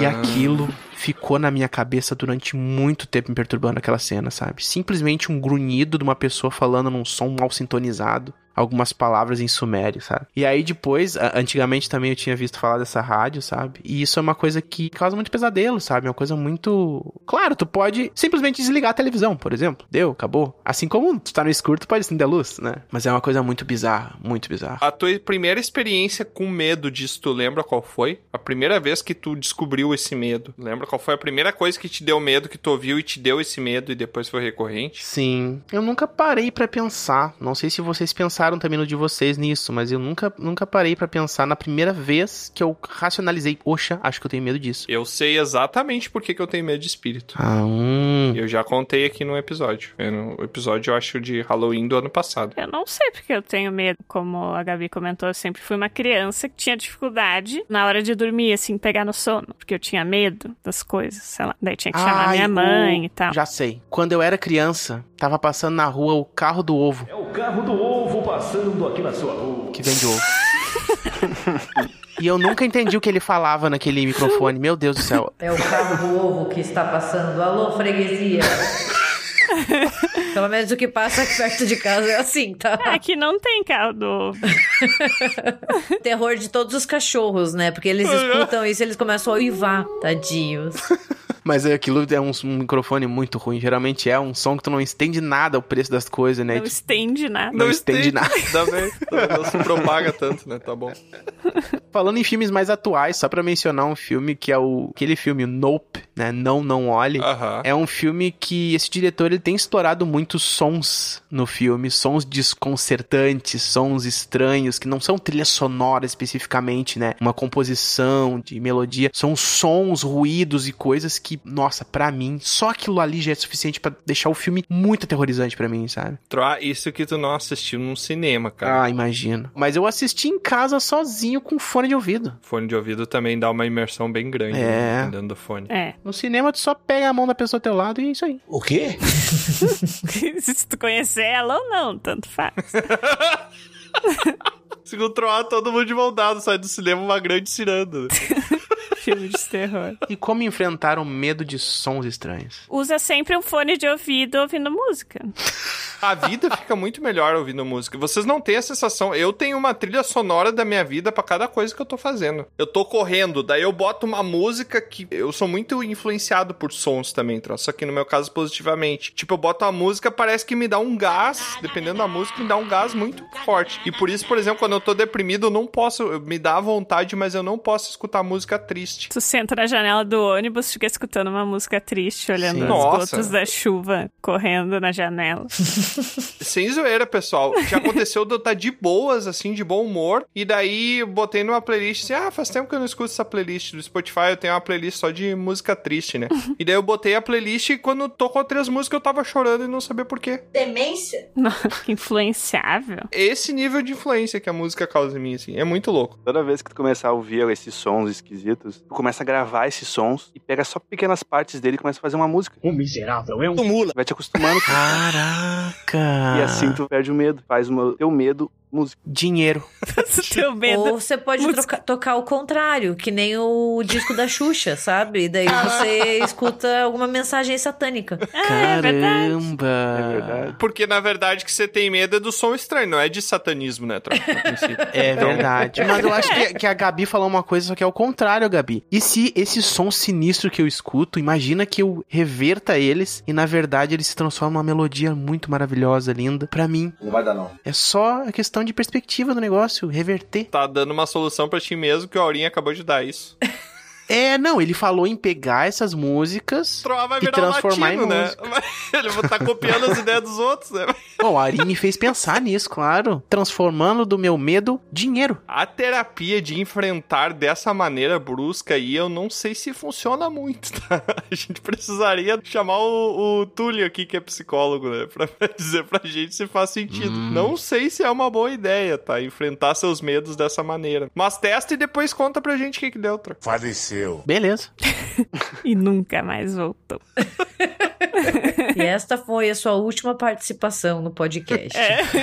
E aquilo ficou na minha cabeça durante muito tempo me perturbando aquela cena, sabe? Simplesmente um grunhido de uma pessoa falando num som mal sintonizado. Algumas palavras em sumério, sabe? E aí depois, a- antigamente também eu tinha visto falar dessa rádio, sabe? E isso é uma coisa que causa muito pesadelo, sabe? É uma coisa muito. Claro, tu pode simplesmente desligar a televisão, por exemplo. Deu, acabou. Assim como tu tá no escuro, tu pode acender a luz, né? Mas é uma coisa muito bizarra, muito bizarra. A tua primeira experiência com medo disso, tu lembra qual foi? A primeira vez que tu descobriu esse medo. Lembra qual foi a primeira coisa que te deu medo, que tu ouviu e te deu esse medo e depois foi recorrente? Sim, eu nunca parei pra pensar. Não sei se vocês pensaram também no de vocês nisso, mas eu nunca, nunca parei pra pensar na primeira vez que eu racionalizei, poxa, acho que eu tenho medo disso. Eu sei exatamente por que, que eu tenho medo de espírito. Ah, hum. Eu já contei aqui num episódio. É, No episódio, eu acho, de Halloween do ano passado. Eu não sei porque eu tenho medo. Como a Gabi comentou, eu sempre fui uma criança que tinha dificuldade na hora de dormir, assim, pegar no sono. Porque eu tinha medo das coisas, sei lá. Daí tinha que chamar Ai, minha mãe o- e tal. Já sei. Quando eu era criança, tava passando na rua o carro do ovo, É o carro do ovo passando aqui na sua rua. que vende ovo. e eu nunca entendi o que ele falava naquele microfone. Meu Deus do céu. É o carro do ovo que está passando. Alô, freguesia. Pelo menos o que passa aqui perto de casa é assim, tá? Aqui não tem carro do ovo. Terror de todos os cachorros, né? Porque eles escutam isso e eles começam a uivar. Tadinhos. Mas aquilo é um, um microfone muito ruim. Geralmente é um som que tu não entende nada o preço das coisas, né? Não estende nada. Não estende nada. Ainda bem, não se propaga tanto, né? Tá bom. Falando em filmes mais atuais, só pra mencionar um filme que é o aquele filme Nope, né? Não, não olhe. É um filme que esse diretor ele tem explorado muitos sons no filme, sons desconcertantes, sons estranhos que não são trilha sonora especificamente, né? Uma composição de melodia, são sons, ruídos e coisas que, nossa, pra mim, só aquilo ali já é suficiente pra deixar o filme muito aterrorizante pra mim, sabe? Troa, ah, isso que tu não assistiu num cinema, cara. Ah, imagino. Mas eu assisti em casa sozinho com fone de ouvido. Fone de ouvido também dá uma imersão bem grande, É. né? dependendo do fone. É. No cinema, tu só pega a mão da pessoa ao teu lado e é isso aí. O quê? Se tu conhecer ela ou não, tanto faz. Se controlar, todo mundo de mão dada, sai do cinema uma grande ciranda. Filme de terror. E como enfrentar o medo de sons estranhos? Usa sempre um fone de ouvido ouvindo música. A vida fica muito melhor ouvindo música. Vocês não têm a sensação. Eu tenho uma trilha sonora da minha vida pra cada coisa que eu tô fazendo. Eu tô correndo, daí eu boto uma música que. Eu sou muito influenciado por sons também, Tro, só que no meu caso positivamente. Tipo, eu boto uma música, parece que me dá um gás. Dependendo da música, me dá um gás muito forte. E por isso, por exemplo, quando eu tô deprimido, eu não posso. eu- Me dá vontade, mas eu não posso escutar música triste. Tu senta na janela do ônibus, fica escutando uma música triste, olhando Sim. as Nossa. gotas da chuva correndo na janela. Sem zoeira, pessoal. Já aconteceu de eu estar de boas, assim, de bom humor. E daí eu botei numa playlist assim: ah, faz tempo que eu não escuto essa playlist do Spotify. Eu tenho uma playlist só de música triste, né? Uhum. e daí eu botei a playlist e quando tocou três músicas eu tava chorando e não sabia por quê. Demência? que influenciável. Esse nível de influência que a música causa em mim, assim, é muito louco. Toda vez que tu começar a ouvir esses sons esquisitos, tu começa a gravar esses sons e pega só pequenas partes dele e começa a fazer uma música. O miserável é um mula. Vai te acostumando. assim Caraca! E assim tu perde o medo. Faz o teu medo música? Dinheiro. Tipo, Teu medo. Ou você pode troca- tocar o contrário, que nem o disco da Xuxa, sabe? E daí você escuta alguma mensagem satânica. Ah, É, Caramba! É verdade. Porque, na verdade, que você tem medo é do som estranho, não é de satanismo, né, Troca? É verdade. Mas eu acho que que, que a Gabi falou uma coisa, só que é o contrário, Gabi. E se esse som sinistro que eu escuto, imagina que eu reverta eles e na verdade ele se transforma numa melodia muito maravilhosa, linda. Pra mim, Não vai dar, não. é só a questão de perspectiva do negócio, reverter. tá dando uma solução pra ti mesmo que o Aurinha acabou de dar isso. É, não, ele falou em pegar essas músicas Troa vai e virar um transformar latino, em né? música. Ele vai estar copiando as ideias dos outros, né? Pô, o Ari me fez pensar nisso, claro. Transformando do meu medo dinheiro. A terapia de enfrentar dessa maneira brusca aí, eu não sei se funciona muito, tá? A gente precisaria chamar o, o Túlio aqui, que é psicólogo, né? Pra dizer pra gente se faz sentido. Não sei se é uma boa ideia, tá? Enfrentar seus medos dessa maneira. Mas testa e depois conta pra gente o que, que deu, Tro. Faleceu. Beleza. E nunca mais voltou. E esta foi a sua última participação no podcast.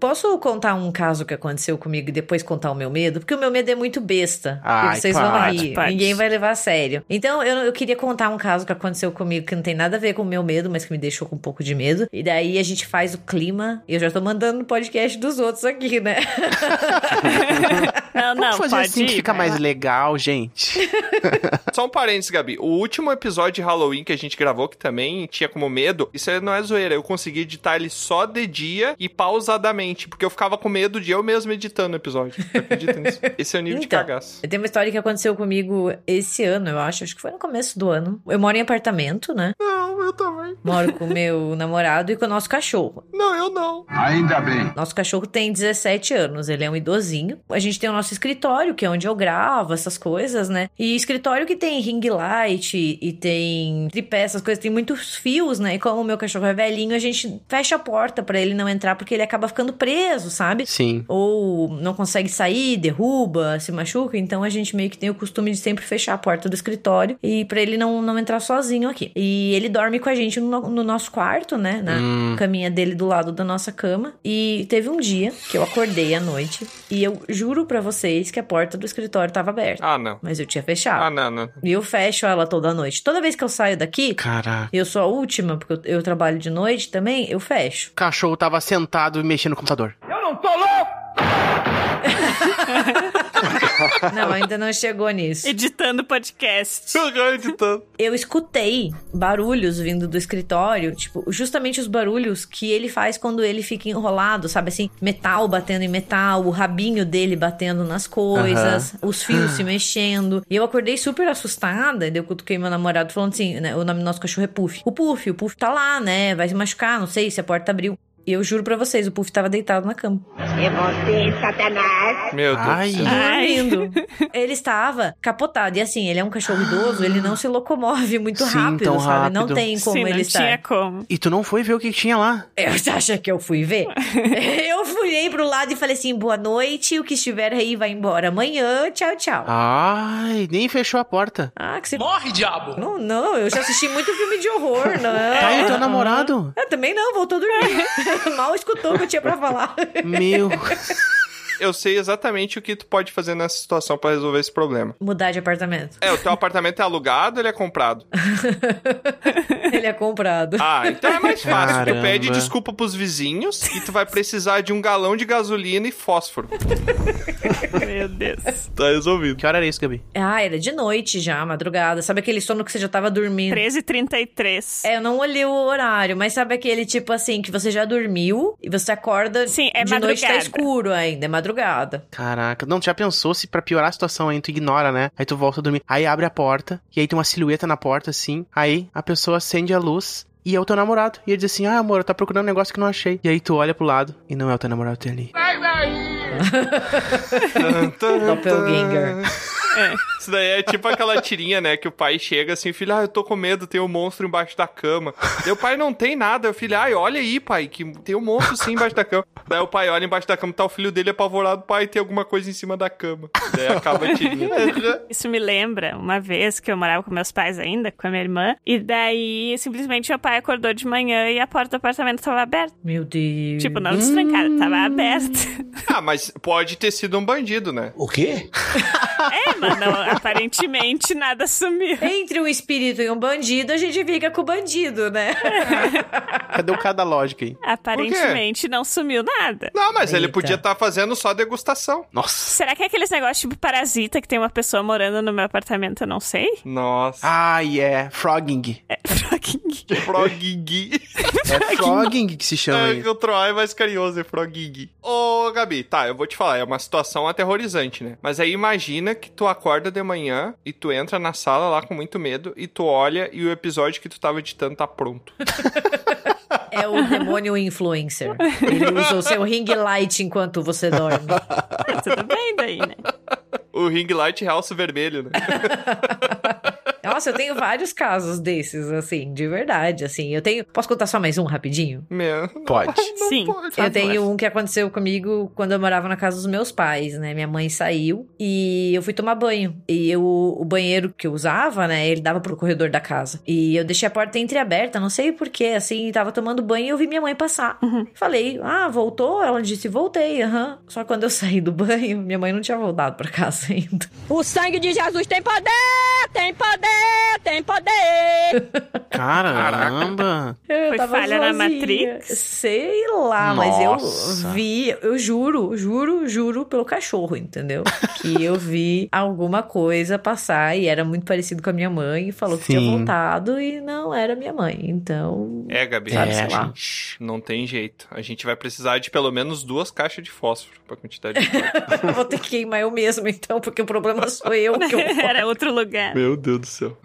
Posso contar um caso que aconteceu comigo e depois contar o meu medo? Porque o meu medo é muito besta. Ai, e vocês vão pode, rir. pode. Ninguém vai levar a sério. Então, eu, eu queria contar um caso que aconteceu comigo que não tem nada a ver com o meu medo, mas que me deixou com um pouco de medo. E daí a gente faz o clima. E eu já tô mandando no podcast dos outros aqui, né? Não, Vamos não, fazer pode assim ir, né? que fica vai mais lá. legal, gente. Só um parênteses, Gabi. O último episódio de Halloween que a gente gravou, que também tinha como medo, isso aí não é zoeira. Eu consegui editar ele só de dia e pausadamente, porque eu ficava com medo de eu mesmo editando o episódio. Você Acredita nisso? Esse é o nível de Então. cagaço. Eu tenho uma história que aconteceu comigo esse ano, eu acho. Acho que foi no começo do ano. Eu moro em apartamento, né? Não, eu também. Moro com meu namorado e com o nosso cachorro. Não, eu não. Ainda bem. Nosso cachorro tem 17 anos, ele é um idosinho. A gente tem o nosso escritório, que é onde eu gravo essas coisas, né? E escritório que tem ring light e tem tripé, essas coisas, tem muitos fios, né? E como o meu cachorro é velhinho, a gente fecha a porta pra ele não entrar, porque ele acaba ficando preso, sabe? Sim. Ou não consegue sair, derruba, se machuca. Então a gente meio que tem o costume de sempre fechar a porta do escritório e pra ele não, não entrar sozinho aqui. E ele dorme com a gente no, no nosso quarto, né? Na Hum. caminha dele do lado da nossa cama. E teve um dia que eu acordei à noite e eu juro pra vocês que a porta do escritório tava aberta. Ah, não. Mas eu tinha fechado. Ah, não, não. E eu fecho ela toda noite. Toda vez que eu saio daqui, Caraca. eu sou a última, porque eu, eu trabalho de noite também, eu fecho. O cachorro tava sentado e mexendo no computador. Eu não tô louco! não, ainda não chegou nisso. Editando podcast. editando. Eu escutei barulhos vindo do escritório, tipo, justamente os barulhos que ele faz quando ele fica enrolado, sabe assim? Metal batendo em metal, o rabinho dele batendo nas coisas, Aham. os fios se mexendo. E eu acordei super assustada, e daí eu cutuquei meu namorado falando assim, né? O nome do nosso cachorro é Puff. O Puff, o Puff tá lá, né? Vai se machucar, não sei se a porta abriu. E eu juro pra vocês, o Puff tava deitado na cama. É você, Satanás. Meu Deus. Ai. Dormindo. Ele estava capotado. E assim, ele é um cachorro idoso, ele não se locomove muito Sim, rápido, tão sabe? Não rápido. tem como Sim, não ele estar. tinha como. E tu não foi ver o que tinha lá? Você acha que eu fui ver? eu fui pro lado e falei assim: boa noite, o que estiver aí vai embora amanhã, tchau, tchau. Ah. Ai, nem fechou a porta. Ah, que você... Morre, diabo! Não, não, eu já assisti muito filme de horror, não é? Tá Uhum. aí o teu namorado? Eu também não, voltou a dormir. Mal escutou o que eu tinha pra falar. Meu. Eu sei exatamente o que tu pode fazer nessa situação pra resolver esse problema. Mudar de apartamento. É, o teu apartamento é alugado ou ele é comprado? Ele é comprado. Ah, então é mais fácil. Tu Caramba. pede desculpa pros vizinhos e tu vai precisar de um galão de gasolina e fósforo. Meu Deus. Tá resolvido. Que hora era isso, Gabi? Ah, era de noite já, madrugada. Sabe aquele sono que você já tava dormindo? 13h33. É, eu não olhei o horário, mas sabe aquele tipo assim, que você já dormiu e você acorda Sim, é de noite tá madrugada. escuro ainda, é madrugada. Caraca, não, tu já pensou se pra piorar a situação aí tu ignora, né? Aí tu volta a dormir, aí abre a porta, e aí tem uma silhueta na porta assim, aí a pessoa acende a luz e é o teu namorado. E ele diz assim: Ah, amor, eu tá procurando um negócio que não achei. E aí tu olha pro lado e não é o teu namorado, tem ali. Sai daí. Tá Doppelganger. É. Isso daí é tipo aquela tirinha, né? Que o pai chega assim, filho, ah, eu tô com medo, tem um monstro embaixo da cama. Daí o pai não tem nada. O filho, ai, olha aí, pai, que tem um monstro sim embaixo da cama. Daí o pai olha embaixo da cama, tá o filho dele apavorado, pai, tem alguma coisa em cima da cama. Daí acaba a tirinha. Isso me lembra uma vez que eu morava com meus pais ainda, com a minha irmã, e daí simplesmente meu pai acordou de manhã e a porta do apartamento tava aberta. Meu Deus. Tipo, Hum. não destrancada, tava aberta. Ah, mas pode ter sido um bandido, né? O quê? É, mas não, aparentemente nada sumiu. Entre um espírito e um bandido, a gente fica com o bandido, né? Cadê o É cada lógica aí? Aparentemente não sumiu nada. Não, mas ele Eita. podia estar fazendo só degustação. Nossa. Será que é aqueles negócios tipo parasita que tem uma pessoa morando no meu apartamento? Eu não sei. Nossa. Ah, é. Yeah. Frogging. É frogging. Frogging. É frogging que se chama É isso. que o Troy é mais carinhoso, é Frogig. Ô, Gabi, tá, eu vou te falar, é uma situação aterrorizante, né? Mas aí imagina que tu acorda de manhã e tu entra na sala lá com muito medo e tu olha e o episódio que tu tava editando tá pronto. É o demônio influencer. Ele usa o seu ring light enquanto você dorme. Tudo bem daí, né? O ring light realça o vermelho, né? Nossa, eu tenho vários casos desses, assim, de verdade, assim. Eu tenho... Posso contar só mais um rapidinho? Meu. Pode. Sim. Eu tenho um que aconteceu comigo quando eu morava na casa dos meus pais, né? Minha mãe saiu e eu fui tomar banho. E eu, o banheiro que eu usava, né? Ele dava pro corredor da casa. E eu deixei a porta entreaberta, não sei porquê, assim. Tava tomando banho e eu vi minha mãe passar. Falei, ah, voltou? Ela disse, voltei, aham. Só que quando eu saí do banho, minha mãe não tinha voltado pra casa ainda. O sangue de Jesus tem poder, tem poder, tem poder. Caramba. Eu Foi falha na Matrix? Sei lá, mas Nossa. eu vi, eu juro, juro, juro pelo cachorro, entendeu? Que eu vi alguma coisa passar e era muito parecido com a minha mãe e falou que tinha Sim. voltado e não era minha mãe. Então, É, Gabi, Sabe, é, sei lá. gente, não tem jeito. A gente vai precisar de pelo menos duas caixas de fósforo pra quantidade de eu vou ter que queimar eu mesma então, porque o problema sou eu que eu Era outro lugar. Meu Deus do céu.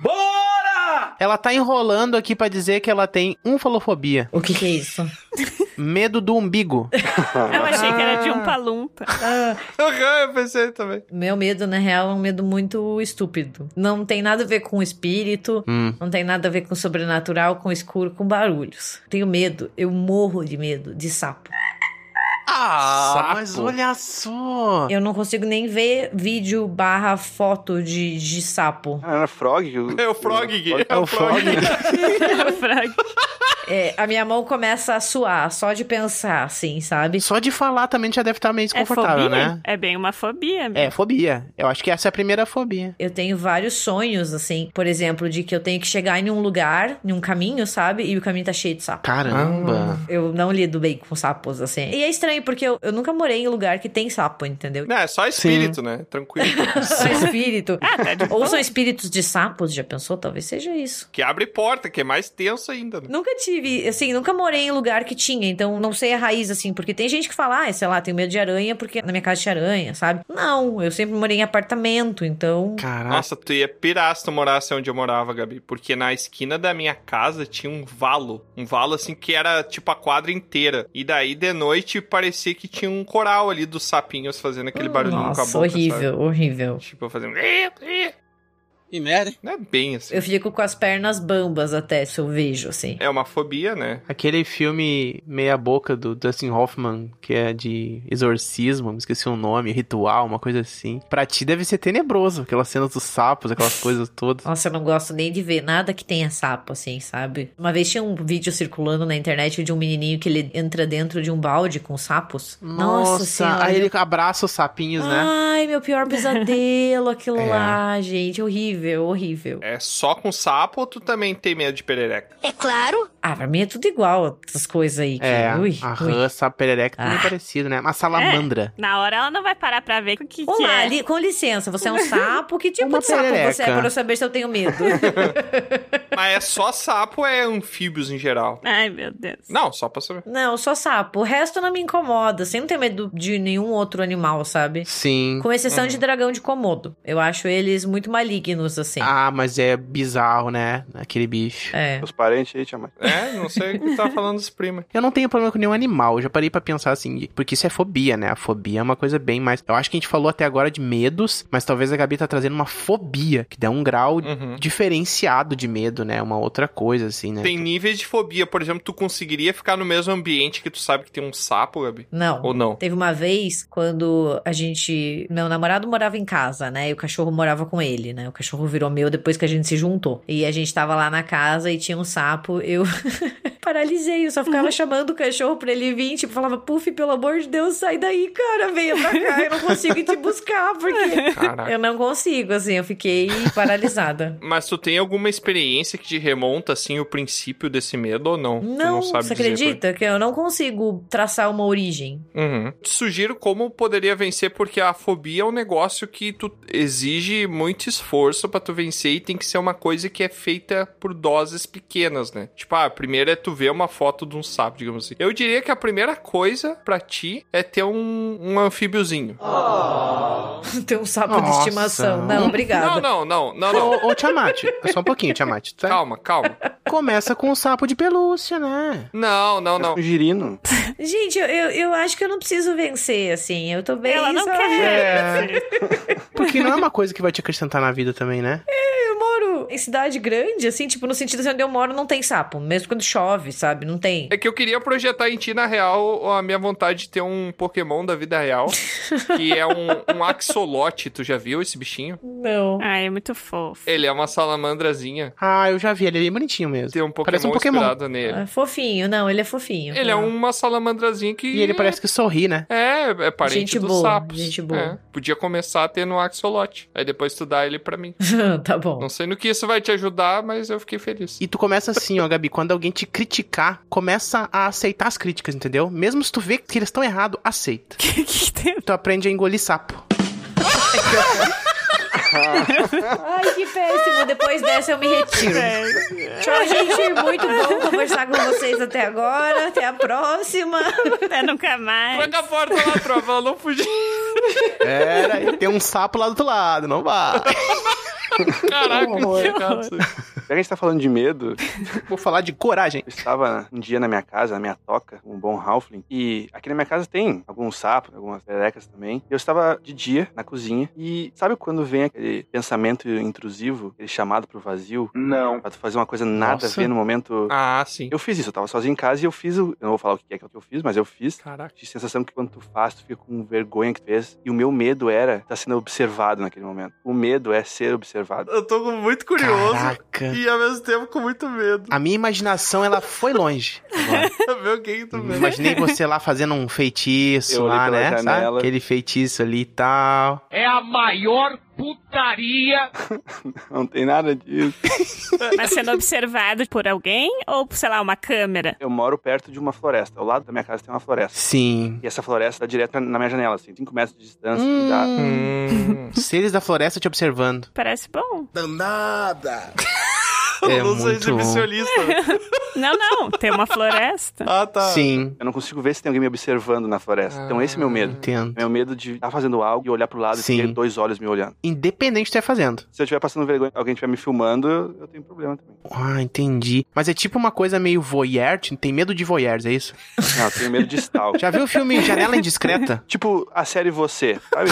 Ela tá enrolando aqui pra dizer que ela tem unfalofobia. O que que é isso? Medo do umbigo. Eu achei que era de Ah. um palumpa. Aham, eu pensei também. Meu medo, na real, é um medo muito estúpido. Não tem nada a ver com o espírito, Hum. não tem nada a ver com o sobrenatural, com o escuro, com barulhos. Tenho medo, eu morro de medo de sapo. Ah, Sapo. mas olha só. Eu não consigo nem ver vídeo barra foto de, de sapo. Ah, era Frog? É o Frog, Gui. É o frog. né? É, a minha mão começa a suar só de pensar, assim, sabe? Só de falar também já deve estar meio É desconfortável, fobia? né? É bem uma fobia. É, fobia. Eu acho que essa é a primeira fobia. Eu tenho vários sonhos, assim, por exemplo, de que eu tenho que chegar em um lugar, em um caminho, sabe? E o caminho tá cheio de sapo. Caramba. Eu não lido bem com sapos, assim. E é estranho, porque eu, eu nunca morei em lugar que tem sapo, entendeu? Não, é só espírito, né? Tranquilo. Só espírito. Ah, tá de Ou são espíritos de sapos, já pensou? Talvez seja isso. que abre porta, que é mais tenso ainda, né? Nunca tive, assim, nunca morei em lugar que tinha, então não sei a raiz, assim, porque tem gente que fala, ah, sei lá, tenho medo de aranha porque é na minha casa tinha aranha, sabe? Não, eu sempre morei em apartamento, então. Caraca. Nossa, tu ia pirar se tu morasse onde eu morava, Gabi. Porque na esquina da minha casa tinha um valo. Um valo, assim, que era tipo a quadra inteira. E daí, de noite, parecia que tinha um coral ali dos sapinhos fazendo aquele barulhinho Ah, Nossa, com a boca, horrível, sabe? horrível. Tipo, fazendo... Que merda, hein? Não é bem assim. Eu fico com as pernas bambas até se eu vejo, assim. É uma fobia, né? Aquele filme meia boca do Dustin Hoffman, que é de exorcismo, me esqueci o nome, ritual, uma coisa assim. Pra ti deve ser tenebroso, aquelas cenas dos sapos, aquelas coisas todas. Nossa, eu não gosto nem de ver nada que tenha sapo, assim, sabe? Uma vez tinha um vídeo circulando na internet de um menininho que ele entra dentro de um balde com sapos. Nossa, senhora. aí ele abraça os sapinhos, né? Ai, meu pior pesadelo, aquilo É. lá, gente. Horrível, horrível. É só com sapo ou tu também tem medo de perereca? É claro. Ah, pra mim é tudo igual, essas coisas aí. Que... É, Ah, ui, a ui. rã, sapo, perereca, tudo meio Ah. parecido, né? Uma salamandra. Na hora ela não vai parar pra ver o que, que Olá, é. li- com licença, você é um sapo? Que tipo Uma de sapo você é perereca. para eu saber se eu tenho medo? Mas é só sapo ou é anfíbios em geral? Ai, meu Deus. Não, só pra saber. Não, só sapo. O resto não me incomoda. Você não tem medo de nenhum outro animal, sabe? Sim. Com exceção Uhum. de dragão de Komodo. Eu acho eles muito malignos, assim. Ah, mas é bizarro, né? Aquele bicho. É. Os parentes aí, Tiamat. É, não sei o que tá falando dos primos. Eu não tenho problema com nenhum animal. Eu já parei pra pensar assim, porque isso é fobia, né? A fobia é uma coisa bem mais. Eu acho que a gente falou até agora de medos, mas talvez a Gabi tá trazendo uma fobia, que dá um grau Uhum. diferenciado de medo, né? Uma outra coisa, assim, né? Tem níveis de fobia. Por exemplo, tu conseguiria ficar no mesmo ambiente que tu sabe que tem um sapo, Gabi? Não. Ou não? Teve uma vez quando a gente. Meu namorado morava em casa, né? E o cachorro morava com ele, né? O cachorro virou meu depois que a gente se juntou. E a gente tava lá na casa e tinha um sapo. Eu paralisei, eu só ficava chamando o cachorro pra ele vir. Tipo, falava, Puff, pelo amor de Deus, sai daí, cara, venha pra cá. Eu não consigo ir te buscar, porque. Caraca. Eu não consigo, assim, eu fiquei paralisada. Mas tu tem alguma experiência que te remonta, assim, o princípio desse medo ou não? tu Não, não sabe dizer, você por- acredita que eu não consigo traçar uma origem? Uhum. Te Sugiro como poderia vencer, porque a fobia é um negócio que tu exige muito esforço pra tu vencer e tem que ser uma coisa que é feita por doses pequenas, né? Tipo, ah, a primeira é tu ver uma foto de um sapo, digamos assim. Eu diria que a primeira coisa pra ti é ter um, um anfíbiozinho. Ter um sapo de Nossa. estimação. Não, obrigada. Não, não, não, não, não. Ô, ô, Tiamat, só um pouquinho, Tiamat. Tá? Calma, calma. Começa com o sapo de pelúcia, né? Não, não, Tá não. girino. Gente, eu, eu, eu acho que eu não preciso vencer, assim. Eu tô bem. Ela não é sabe? quer. Porque não é uma coisa que vai te acrescentar na vida também, né? Eu moro É. em cidade grande, assim, tipo, no sentido assim, onde eu moro não tem sapo. Mesmo quando chove, sabe? Não tem. É que eu queria projetar em ti, na real, a minha vontade de ter um Pokémon da vida real, que é um, um axolote. Tu já viu esse bichinho? Não. Ai, é muito fofo. Ele é uma salamandrazinha. Ah, eu já vi, ele é bem bonitinho mesmo. Tem um Pokémon, Parece um Pokémon. inspirado nele. É fofinho, não, ele é fofinho. Ele é uma salamandrazinha que... E ele parece que sorri, né? É, é parente Gente dos boa, sapos. gente boa. É, podia começar a ter no axolote. Aí depois tu dá ele pra mim. tá bom. Não sei no que isso vai te ajudar, mas eu fiquei feliz. E tu começa assim, ó, Gabi, quando alguém te criticar, começa a aceitar as críticas, entendeu? Mesmo se tu vê que eles estão errados, aceita. Que que tem? Tu aprende a engolir sapo. Ai, que péssimo. Depois dessa eu me retiro. Tchau, gente. Muito bom conversar com vocês até agora. Até a próxima. É, nunca mais. Tranca a porta lá, trovão, não fugir. Era, e tem um sapo lá do outro lado, não vai. Caraca, horror. que gato. Já que a gente tá falando de medo, Vou falar de coragem. Eu estava um dia na minha casa, na minha toca, um bom halfling, e aqui na minha casa tem alguns sapos, algumas perecas também. Eu estava de dia na cozinha e sabe quando vem aquele pensamento intrusivo, aquele chamado pro vazio? Não. Pra tu fazer uma coisa nada Nossa. a ver no momento. Ah, sim. Eu fiz isso, eu tava sozinho em casa e eu fiz o. Eu não vou falar o que é que eu fiz, mas eu fiz. Caraca. De sensação que quando tu faz, tu fica com vergonha que tu fez. E o meu medo era estar sendo observado naquele momento. O medo é ser observado. Eu tô muito curioso Caraca. e ao mesmo tempo com muito medo. A minha imaginação, ela foi longe. agora. Ver o que tu Imaginei você lá fazendo um feitiço Eu olhei lá, pela né? Sabe? janela. Aquele feitiço ali e tal. É a maior putaria. Não tem nada disso. Mas Tá sendo observado por alguém ou, sei lá, uma câmera? Eu moro perto de uma floresta. Ao lado da minha casa tem uma floresta. Sim. E essa floresta dá direto na minha janela, assim, 5 metros de distância. que dá. Hum, Seres da floresta te observando. Parece bom. Danada! É não sou muito bom. exibicionista. Não, não. Tem uma floresta. ah, tá. Sim, Eu não consigo ver se tem alguém me observando na floresta. Então esse é meu medo. entendo. Meu medo de estar fazendo algo e olhar pro lado Ah. Sim. e ter dois olhos me olhando. Independente do que tu estiver fazendo. Se eu estiver passando vergonha, alguém estiver me filmando, eu tenho problema também. Ah, entendi. Mas é tipo uma coisa meio voyeur, tem medo de voyeurs, é isso? Não, eu tenho medo de stalk. Já viu o filme Janela Indiscreta? tipo a série Você, sabe?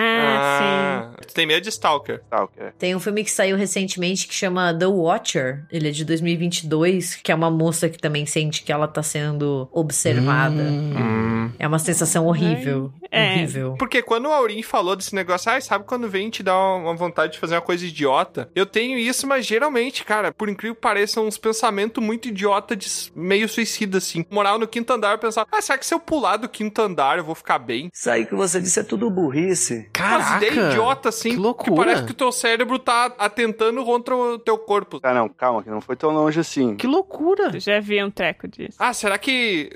Ah, sim. Tu tem medo de Stalker. Stalk, é. Tem um filme que saiu recentemente que chama The Watcher. Ele é de 2022, que é uma moça que também sente que ela tá sendo observada. Hum. É uma sensação horrível. Ai, é. Horrível. Porque quando o Aurim falou desse negócio, ah, sabe quando vem te dar uma vontade de fazer uma coisa idiota? Eu tenho isso, mas geralmente, cara, por incrível que pareça, uns pensamentos muito idiota de s- meio suicida, assim. Morar no quinto andar, eu pensar, ah, será que se eu pular do quinto andar eu vou ficar bem? Isso aí que você disse é tudo burrice. Umas Caraca! ideias idiota, assim. que loucura. parece que o teu cérebro tá atentando contra o teu corpo. Tá, não, calma, que não foi tão longe assim. Que loucura! Eu já vi um treco disso. Ah, será que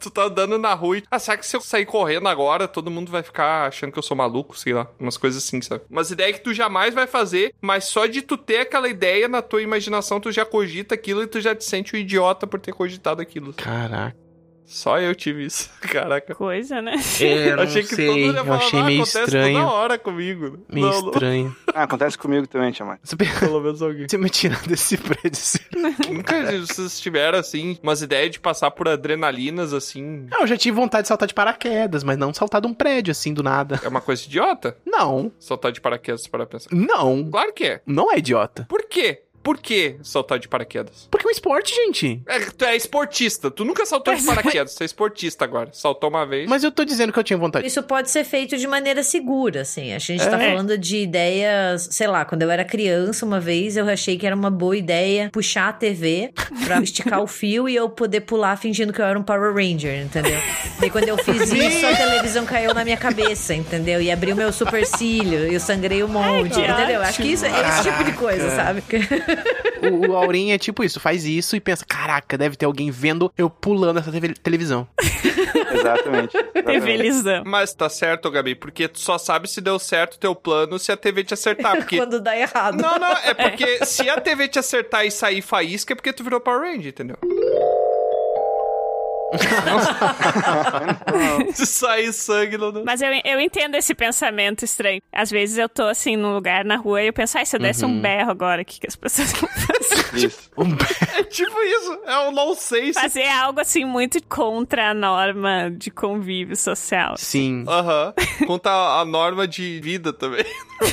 tu tá andando na rua e... Ah, será que se eu sair correndo agora, todo mundo vai ficar achando que eu sou maluco, sei lá. Umas coisas assim, sabe? Umas ideias que tu jamais vai fazer, mas só de tu ter aquela ideia na tua imaginação, tu já cogita aquilo e tu já te sente um idiota por ter cogitado aquilo. Caraca. Só eu tive isso. Caraca. Coisa, né? É, eu não achei que sei. todo mundo ia Eu falar, achei "Ah, meio acontece estranho. toda hora comigo. Meio Não, não. estranho. Ah, acontece comigo também, Tiamat. Pelo menos alguém. Você me tirar desse prédio. Nunca vocês tiveram, assim, umas ideias de passar por adrenalinas, assim. Não, eu já tive vontade de saltar de paraquedas, mas não saltar de um prédio assim do nada. É uma coisa idiota? Não. Soltar de paraquedas para pensar. Não. Claro que é. Não é idiota. Por quê? Por que saltar de paraquedas? Porque é um esporte, gente. É, tu é esportista. Tu nunca saltou de paraquedas. Tu é esportista agora. Saltou uma vez. Mas eu tô dizendo que eu tinha vontade. Isso pode ser feito de maneira segura, assim. Acho que a gente É. tá falando de ideias, sei lá, quando eu era criança, uma vez eu achei que era uma boa ideia puxar a TV pra esticar o fio e eu poder pular fingindo que eu era um Power Ranger, entendeu? E quando eu fiz isso, a televisão caiu na minha cabeça, entendeu? E abriu meu supercílio, eu sangrei um monte, Ai, que entendeu? Acho que isso é esse tipo de coisa, sabe? O, o Aurinha é tipo isso, faz isso e pensa, caraca, deve ter alguém vendo eu pulando essa TV televisão. Exatamente. exatamente. Mas tá certo, Gabi, porque tu só sabe se deu certo teu plano se a TV te acertar. Porque... Quando dá errado. Não, não, é porque se a TV te acertar e sair faísca, é porque tu virou Power Ranger, entendeu? Se sair sangue, não. não. Mas eu, eu entendo esse pensamento estranho. Às vezes eu tô assim num lugar na rua e eu penso, ai, se eu desse um berro agora, o que, que as pessoas vão fazer? Isso. Um, É tipo isso, é um nonsense. Fazer algo assim muito contra a norma de convívio social. Sim. Aham. Conta a a norma de vida também.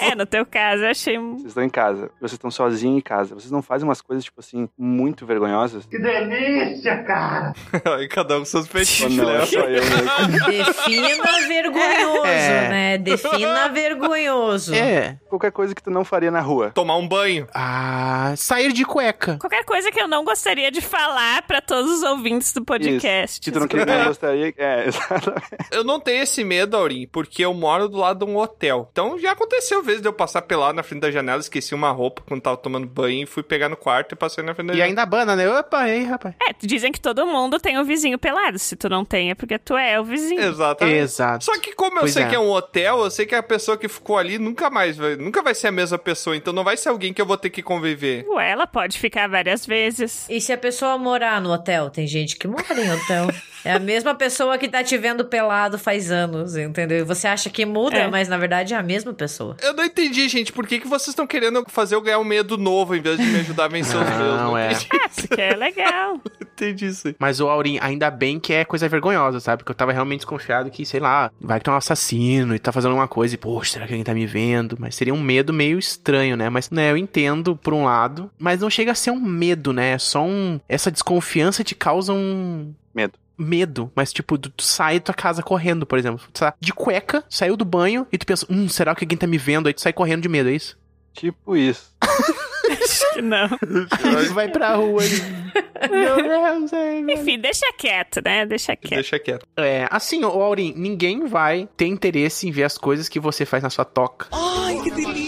É, no teu caso, eu achei. um, Vocês estão em casa, vocês estão sozinhos em casa. Vocês não fazem umas coisas, tipo assim, muito vergonhosas? Que delícia, cara! Aí cada um com seus Ou peitinhos, não, né? é só eu mesmo. Defina vergonhoso, É. né? Defina vergonhoso. É. Qualquer coisa que tu não faria na rua. Tomar um banho. Ah, sair de cueca. Qualquer coisa que eu não gostaria de falar pra todos os ouvintes do Isso. podcast. Se tu não queria, não gostaria. É, exatamente. Eu não tenho esse medo, Aurim, porque eu moro do lado de um hotel. Então já aconteceu vezes de eu passar pelado na frente da janela, esqueci uma roupa quando tava tomando banho e fui pegar no quarto e passei na frente da E janela. ainda abana, né? Opa, ei, rapaz. É, dizem que todo mundo tem o vizinho pelado. Se tu não tem, é porque tu é o vizinho. Exatamente. assim. Exato. Só que como eu Pois sei é. que é um hotel, eu sei que a pessoa que ficou ali nunca mais vai, nunca vai ser a mesma pessoa, então não vai ser alguém que eu vou ter que conviver. Ué, ela pode ficar várias vezes. E se a pessoa morar no hotel? Tem gente que mora em hotel. É a mesma pessoa que tá te vendo pelado faz anos, entendeu? E você acha que muda, É. mas na verdade é a mesma pessoa. Eu não entendi, gente, por que, que vocês estão querendo fazer eu ganhar um medo novo em vez de me ajudar a vencer os meus? Não, é. entendi, Ah, porque é legal. entendi isso aí. Mas o Aurim, ainda bem que é coisa vergonhosa, sabe? Porque eu tava realmente desconfiado que, sei lá, vai que tem um assassino e tá fazendo uma coisa e, poxa, será que alguém tá me vendo? Mas seria um medo meio estranho, né? Mas, né, eu entendo por um lado, mas não chega a ser um medo, né? É só um. Essa desconfiança te causa um. Medo. Medo, mas tipo, tu, tu sai da tua casa correndo, por exemplo. Tu tá de cueca, saiu do banho e tu pensa, hum, será que alguém tá me vendo? Aí tu sai correndo de medo, é isso? Tipo isso. Acho que não. Aí tu vai pra rua e... Meu Deus, é, Enfim, deixa quieto, né? Deixa quieto. Deixa quieto. É, assim, ô Aurim, ninguém vai ter interesse em ver as coisas que você faz na sua toca. Ai, que delícia!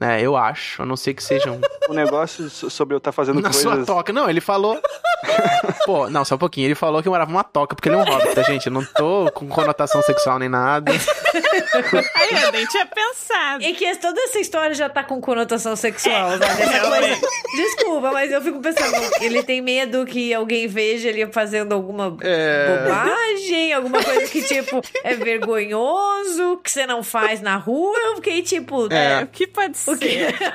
É, eu acho, a não ser que sejam O Um negócio so- sobre eu estar fazendo na sua coisas. toca. Não, ele falou. Pô, não, só um pouquinho. Ele falou que morava numa toca, porque ele é um hobbit, tá, gente? Eu não tô com conotação sexual nem nada. Aí eu nem tinha pensado. E que toda essa história já tá com conotação sexual, É, sabe? Essa coisa... Desculpa, mas eu fico pensando, ele tem medo que alguém veja ele fazendo alguma É. bobagem, alguma coisa que, tipo, é vergonhoso, que você não faz na rua. Eu fiquei, tipo, É, o que pode o quê? ser?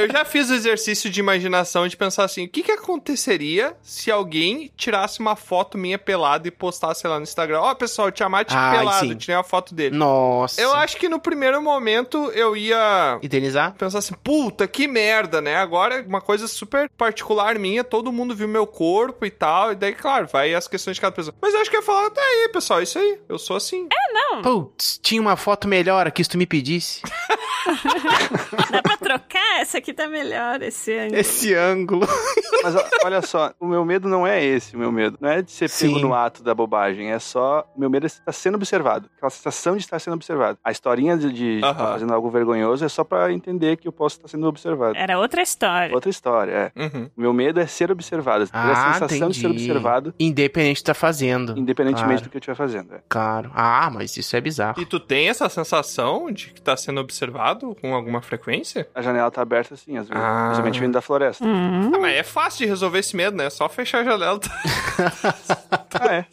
Eu já fiz o exercício de imaginação de pensar assim: o que, que aconteceria se alguém tirasse uma foto minha pelada e postasse lá no Instagram? Ó, pessoal, eu te amar Ah, pelado, sim. tirei uma foto dele. Nossa. Eu acho que no primeiro momento eu ia Eternizar? pensar assim: puta, que merda, né? Agora é uma coisa super particular minha, todo mundo viu meu corpo e tal. E daí, claro, vai as questões de cada pessoa. Mas eu acho que eu ia falar: tá aí, pessoal, é isso aí, eu sou assim. Hum. Putz, tinha uma foto melhor aqui se tu me pedisse. Dá pra trocar? essa aqui tá melhor, esse ângulo. Esse ângulo. Mas ó, olha só, o meu medo não é esse, o meu medo. Não é de ser pego Sim. no ato da bobagem, é só. O meu medo é estar sendo observado. Aquela sensação de estar sendo observado. A historinha de, de estar fazendo algo vergonhoso é só pra entender que eu posso estar sendo observado. Era outra história. Outra história, é. Uhum. O meu medo é ser observado. ter Ah, a sensação de ser observado, Independente da fazenda. independentemente Claro. do que eu estiver fazendo. É. Claro. Ah, mas isso é bizarro. E tu tem essa sensação de que tá sendo observado com alguma frequência? A janela tá aberta assim, às vezes. Ah. Principalmente vindo da floresta. Hum. Ah, mas é fácil de resolver esse medo, né? É só fechar a janela. ah, é.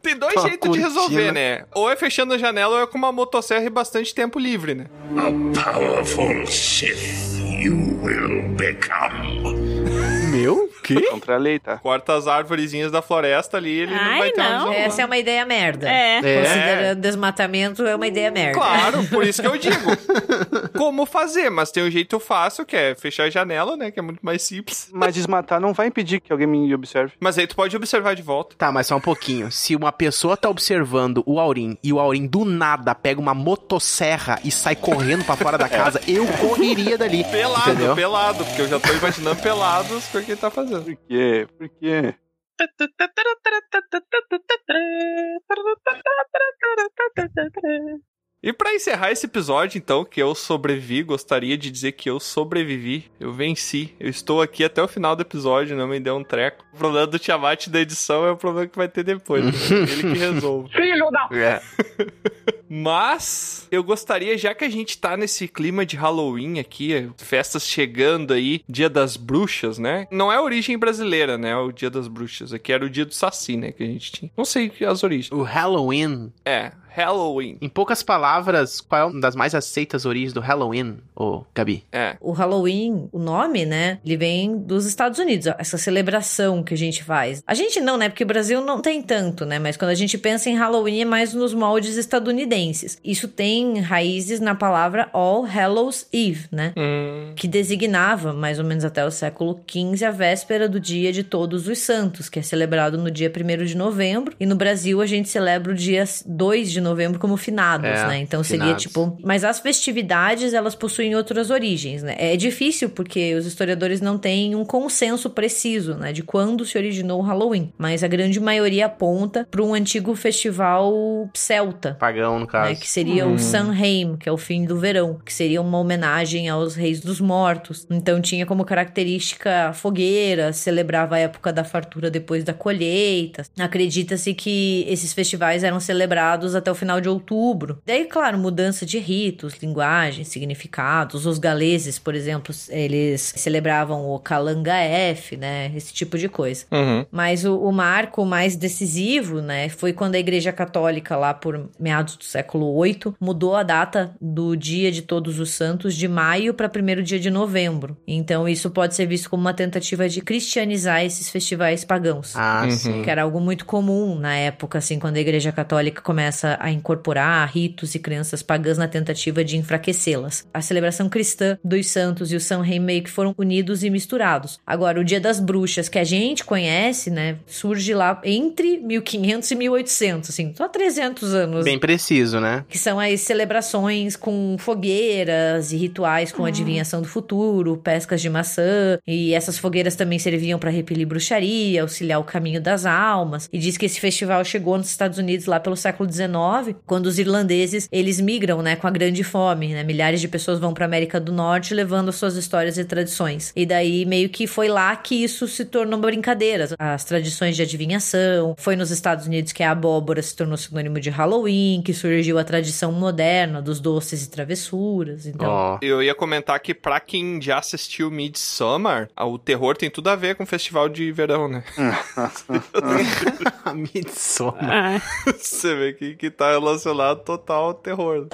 Tem dois Tá uma jeitos de resolver, cortina. né? Ou é fechando a janela ou é com uma motosserra e bastante tempo livre, né? Powerful Sith you will become. Meu? Que? Contra a lei, tá? Corta as árvorezinhas da floresta ali, ele não vai Ai, ter uma visão. Essa é uma ideia merda. É. É. Considerando desmatamento, é uma ideia merda. Claro, por isso que eu digo. Como fazer? Mas tem um jeito fácil, que é fechar a janela, né? Que é muito mais simples. Mas desmatar não vai impedir que alguém me observe. Mas aí tu pode observar de volta. Tá, mas só um pouquinho. Se uma pessoa tá observando o Aurim e o Aurim do nada pega uma motosserra e sai correndo pra fora da casa, eu correria dali. Pelado, entendeu? pelado, porque eu já tô imaginando pelados com o que ele tá fazendo. Por quê? Por quê? E pra encerrar esse episódio, então, que eu sobrevivi, gostaria de dizer que eu sobrevivi, eu venci, eu estou aqui até o final do episódio, não me deu um treco. O problema do Tiamat da edição é o problema que vai ter depois, né? ele que resolve. Filho da É. Mas eu gostaria, já que a gente tá nesse clima de Halloween aqui, festas chegando aí, Dia das Bruxas, né? Não é origem brasileira, né? O Dia das Bruxas. Aqui era o Dia do Saci, né? Que a gente tinha. Não sei as origens. O Halloween. É, Halloween. Em poucas palavras, qual é uma das mais aceitas origens do Halloween, ô Gabi? É. O Halloween, o nome, né? Ele vem dos Estados Unidos, ó, essa celebração que a gente faz. A gente não, né? Porque o Brasil não tem tanto, né? Mas quando a gente pensa em Halloween é mais nos moldes estadunidenses. Isso tem raízes na palavra All Hallows Eve, né? Hum. que designava, mais ou menos até o século XV, a véspera do Dia de Todos os Santos, que é celebrado no dia 1 de novembro. E no Brasil a gente celebra o dia 2 de novembro como finados, É, né? Então seria finados. tipo. Mas as festividades, elas possuem outras origens, né? É difícil porque os historiadores não têm um consenso preciso, né? De quando se originou o Halloween. Mas a grande maioria aponta para um antigo festival celta, Pagão, no caso. né, que seria o Samhain, que é o fim do verão, que seria uma homenagem aos reis dos mortos. Então tinha como característica a fogueira, celebrava a época da fartura depois da colheita. Acredita-se que esses festivais eram celebrados até o final de outubro. Daí, claro, mudança de ritos, linguagens, significados. Os galeses, por exemplo, eles celebravam o Calangaef, né, esse tipo de coisa. Uhum. Mas o, o marco mais decisivo, né, foi quando a Igreja Católica, lá por meados do século VIII, mudou a data do Dia de Todos os Santos de maio para primeiro dia de novembro. Então isso pode ser visto como uma tentativa de cristianizar esses festivais pagãos. Ah, Uhum. sim. Que era algo muito comum na época, assim, quando a Igreja Católica começa a incorporar ritos e crenças pagãs na tentativa de enfraquecê-las. A celebração cristã dos santos e o São Rei meio que foram unidos e misturados. Agora, o Dia das Bruxas, que a gente conhece, né, surge lá entre 1500 e 1800, assim, só 300 anos Bem preciso, né? que são as celebrações com fogueiras e rituais com adivinhação do futuro, pescas de maçã, e essas fogueiras também serviam para repelir bruxaria, auxiliar o caminho das almas. E diz que esse festival chegou nos Estados Unidos lá pelo século XIX, quando os irlandeses eles migram, né, com a grande fome, né? Milhares de pessoas vão para América do Norte levando as suas histórias e tradições. E daí meio que foi lá que isso se tornou brincadeiras, as tradições de adivinhação. Foi nos Estados Unidos que a abóbora se tornou sinônimo de Halloween, que surgiu a tradição moderna dos doces e travessuras. Então, Ó. Eu ia comentar que pra quem já assistiu Midsummer, ah, o terror tem tudo a ver com o festival de verão, né? Oh. Midsommar. Ah, Você vê que, que tá relacionado total ao terror.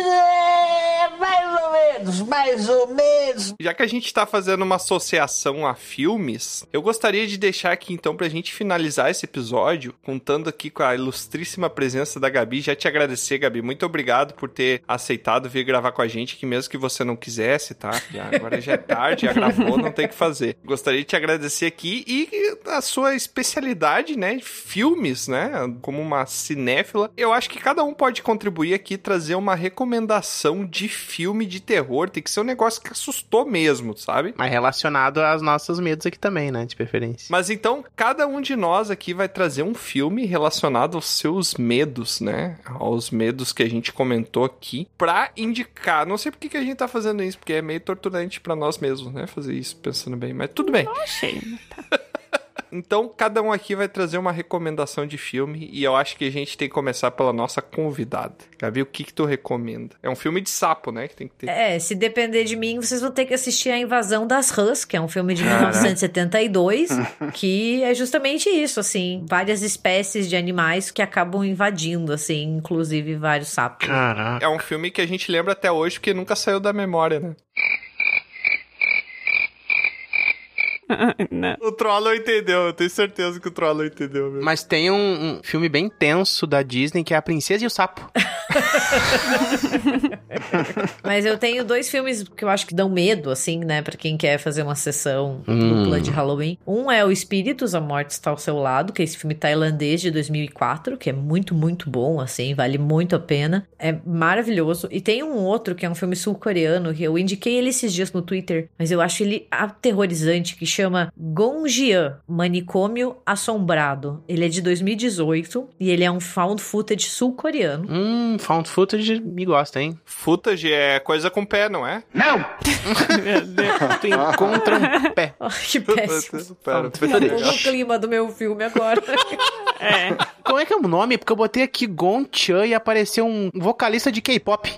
É, mais ou menos, mais ou menos. Já que a gente tá fazendo uma associação a filmes, eu gostaria de deixar aqui então pra gente finalizar esse episódio, contando aqui com a ilustríssima presença da Gabi, já te agradecer, Gabi, muito obrigado por ter aceitado vir gravar com a gente, que mesmo que você não quisesse, tá? Já- agora já é tarde, já gravou, não tem o que fazer. Gostaria de te agradecer aqui e a sua especialidade, né, de filmes, né, como uma cinéfila. Eu acho que cada um pode contribuir aqui e trazer uma recomendação de filme de terror terror, tem que ser um negócio que assustou mesmo, sabe? Mas relacionado aos nossos medos aqui também, né? De preferência. Mas então, cada um de nós aqui vai trazer um filme relacionado aos seus medos, né? Aos medos que a gente comentou aqui, pra indicar. Não sei por que que a gente tá fazendo isso, porque é meio torturante pra nós mesmos, né? Fazer isso pensando bem, mas tudo bem. Não achei. Então, cada um aqui vai trazer uma recomendação de filme e eu acho que a gente tem que começar pela nossa convidada. Gabi, o que que tu recomenda? É um filme de sapo, né? Que tem que ter. É, se depender de mim, vocês vão ter que assistir A Invasão das Rãs, que é um filme de 1972, que é justamente isso, assim, várias espécies de animais que acabam invadindo, assim, inclusive vários sapos. É um filme que a gente lembra até hoje porque nunca saiu da memória, né? Ah, Não. O Trollon entendeu, eu tenho certeza que o Trollon entendeu, meu. Mas tem um, um filme bem tenso da Disney que é A Princesa e o Sapo. Mas eu tenho dois filmes que eu acho que dão medo, assim, né? Pra quem quer fazer uma sessão dupla de Halloween. Um é O Espíritos, A Morte Está ao Seu Lado, que é esse filme tailandês de 2004, que é muito, muito bom, assim, vale muito a pena. É maravilhoso. E tem um outro, que é um filme sul-coreano, que eu indiquei ele esses dias no Twitter, mas eu acho ele aterrorizante, que chama Gongjian, Manicômio Assombrado. Ele é de 2018 e ele é um found footage sul-coreano. Hum, found footage me gosta, hein? Footage é coisa com pé, não é? Não! Meu Deus. Tu encontra um pé. Ai, que péssimo. Pera, Acabou o clima do meu filme agora. É. Como é que é o nome? Porque eu botei aqui Gon Chan e apareceu um vocalista de K-pop.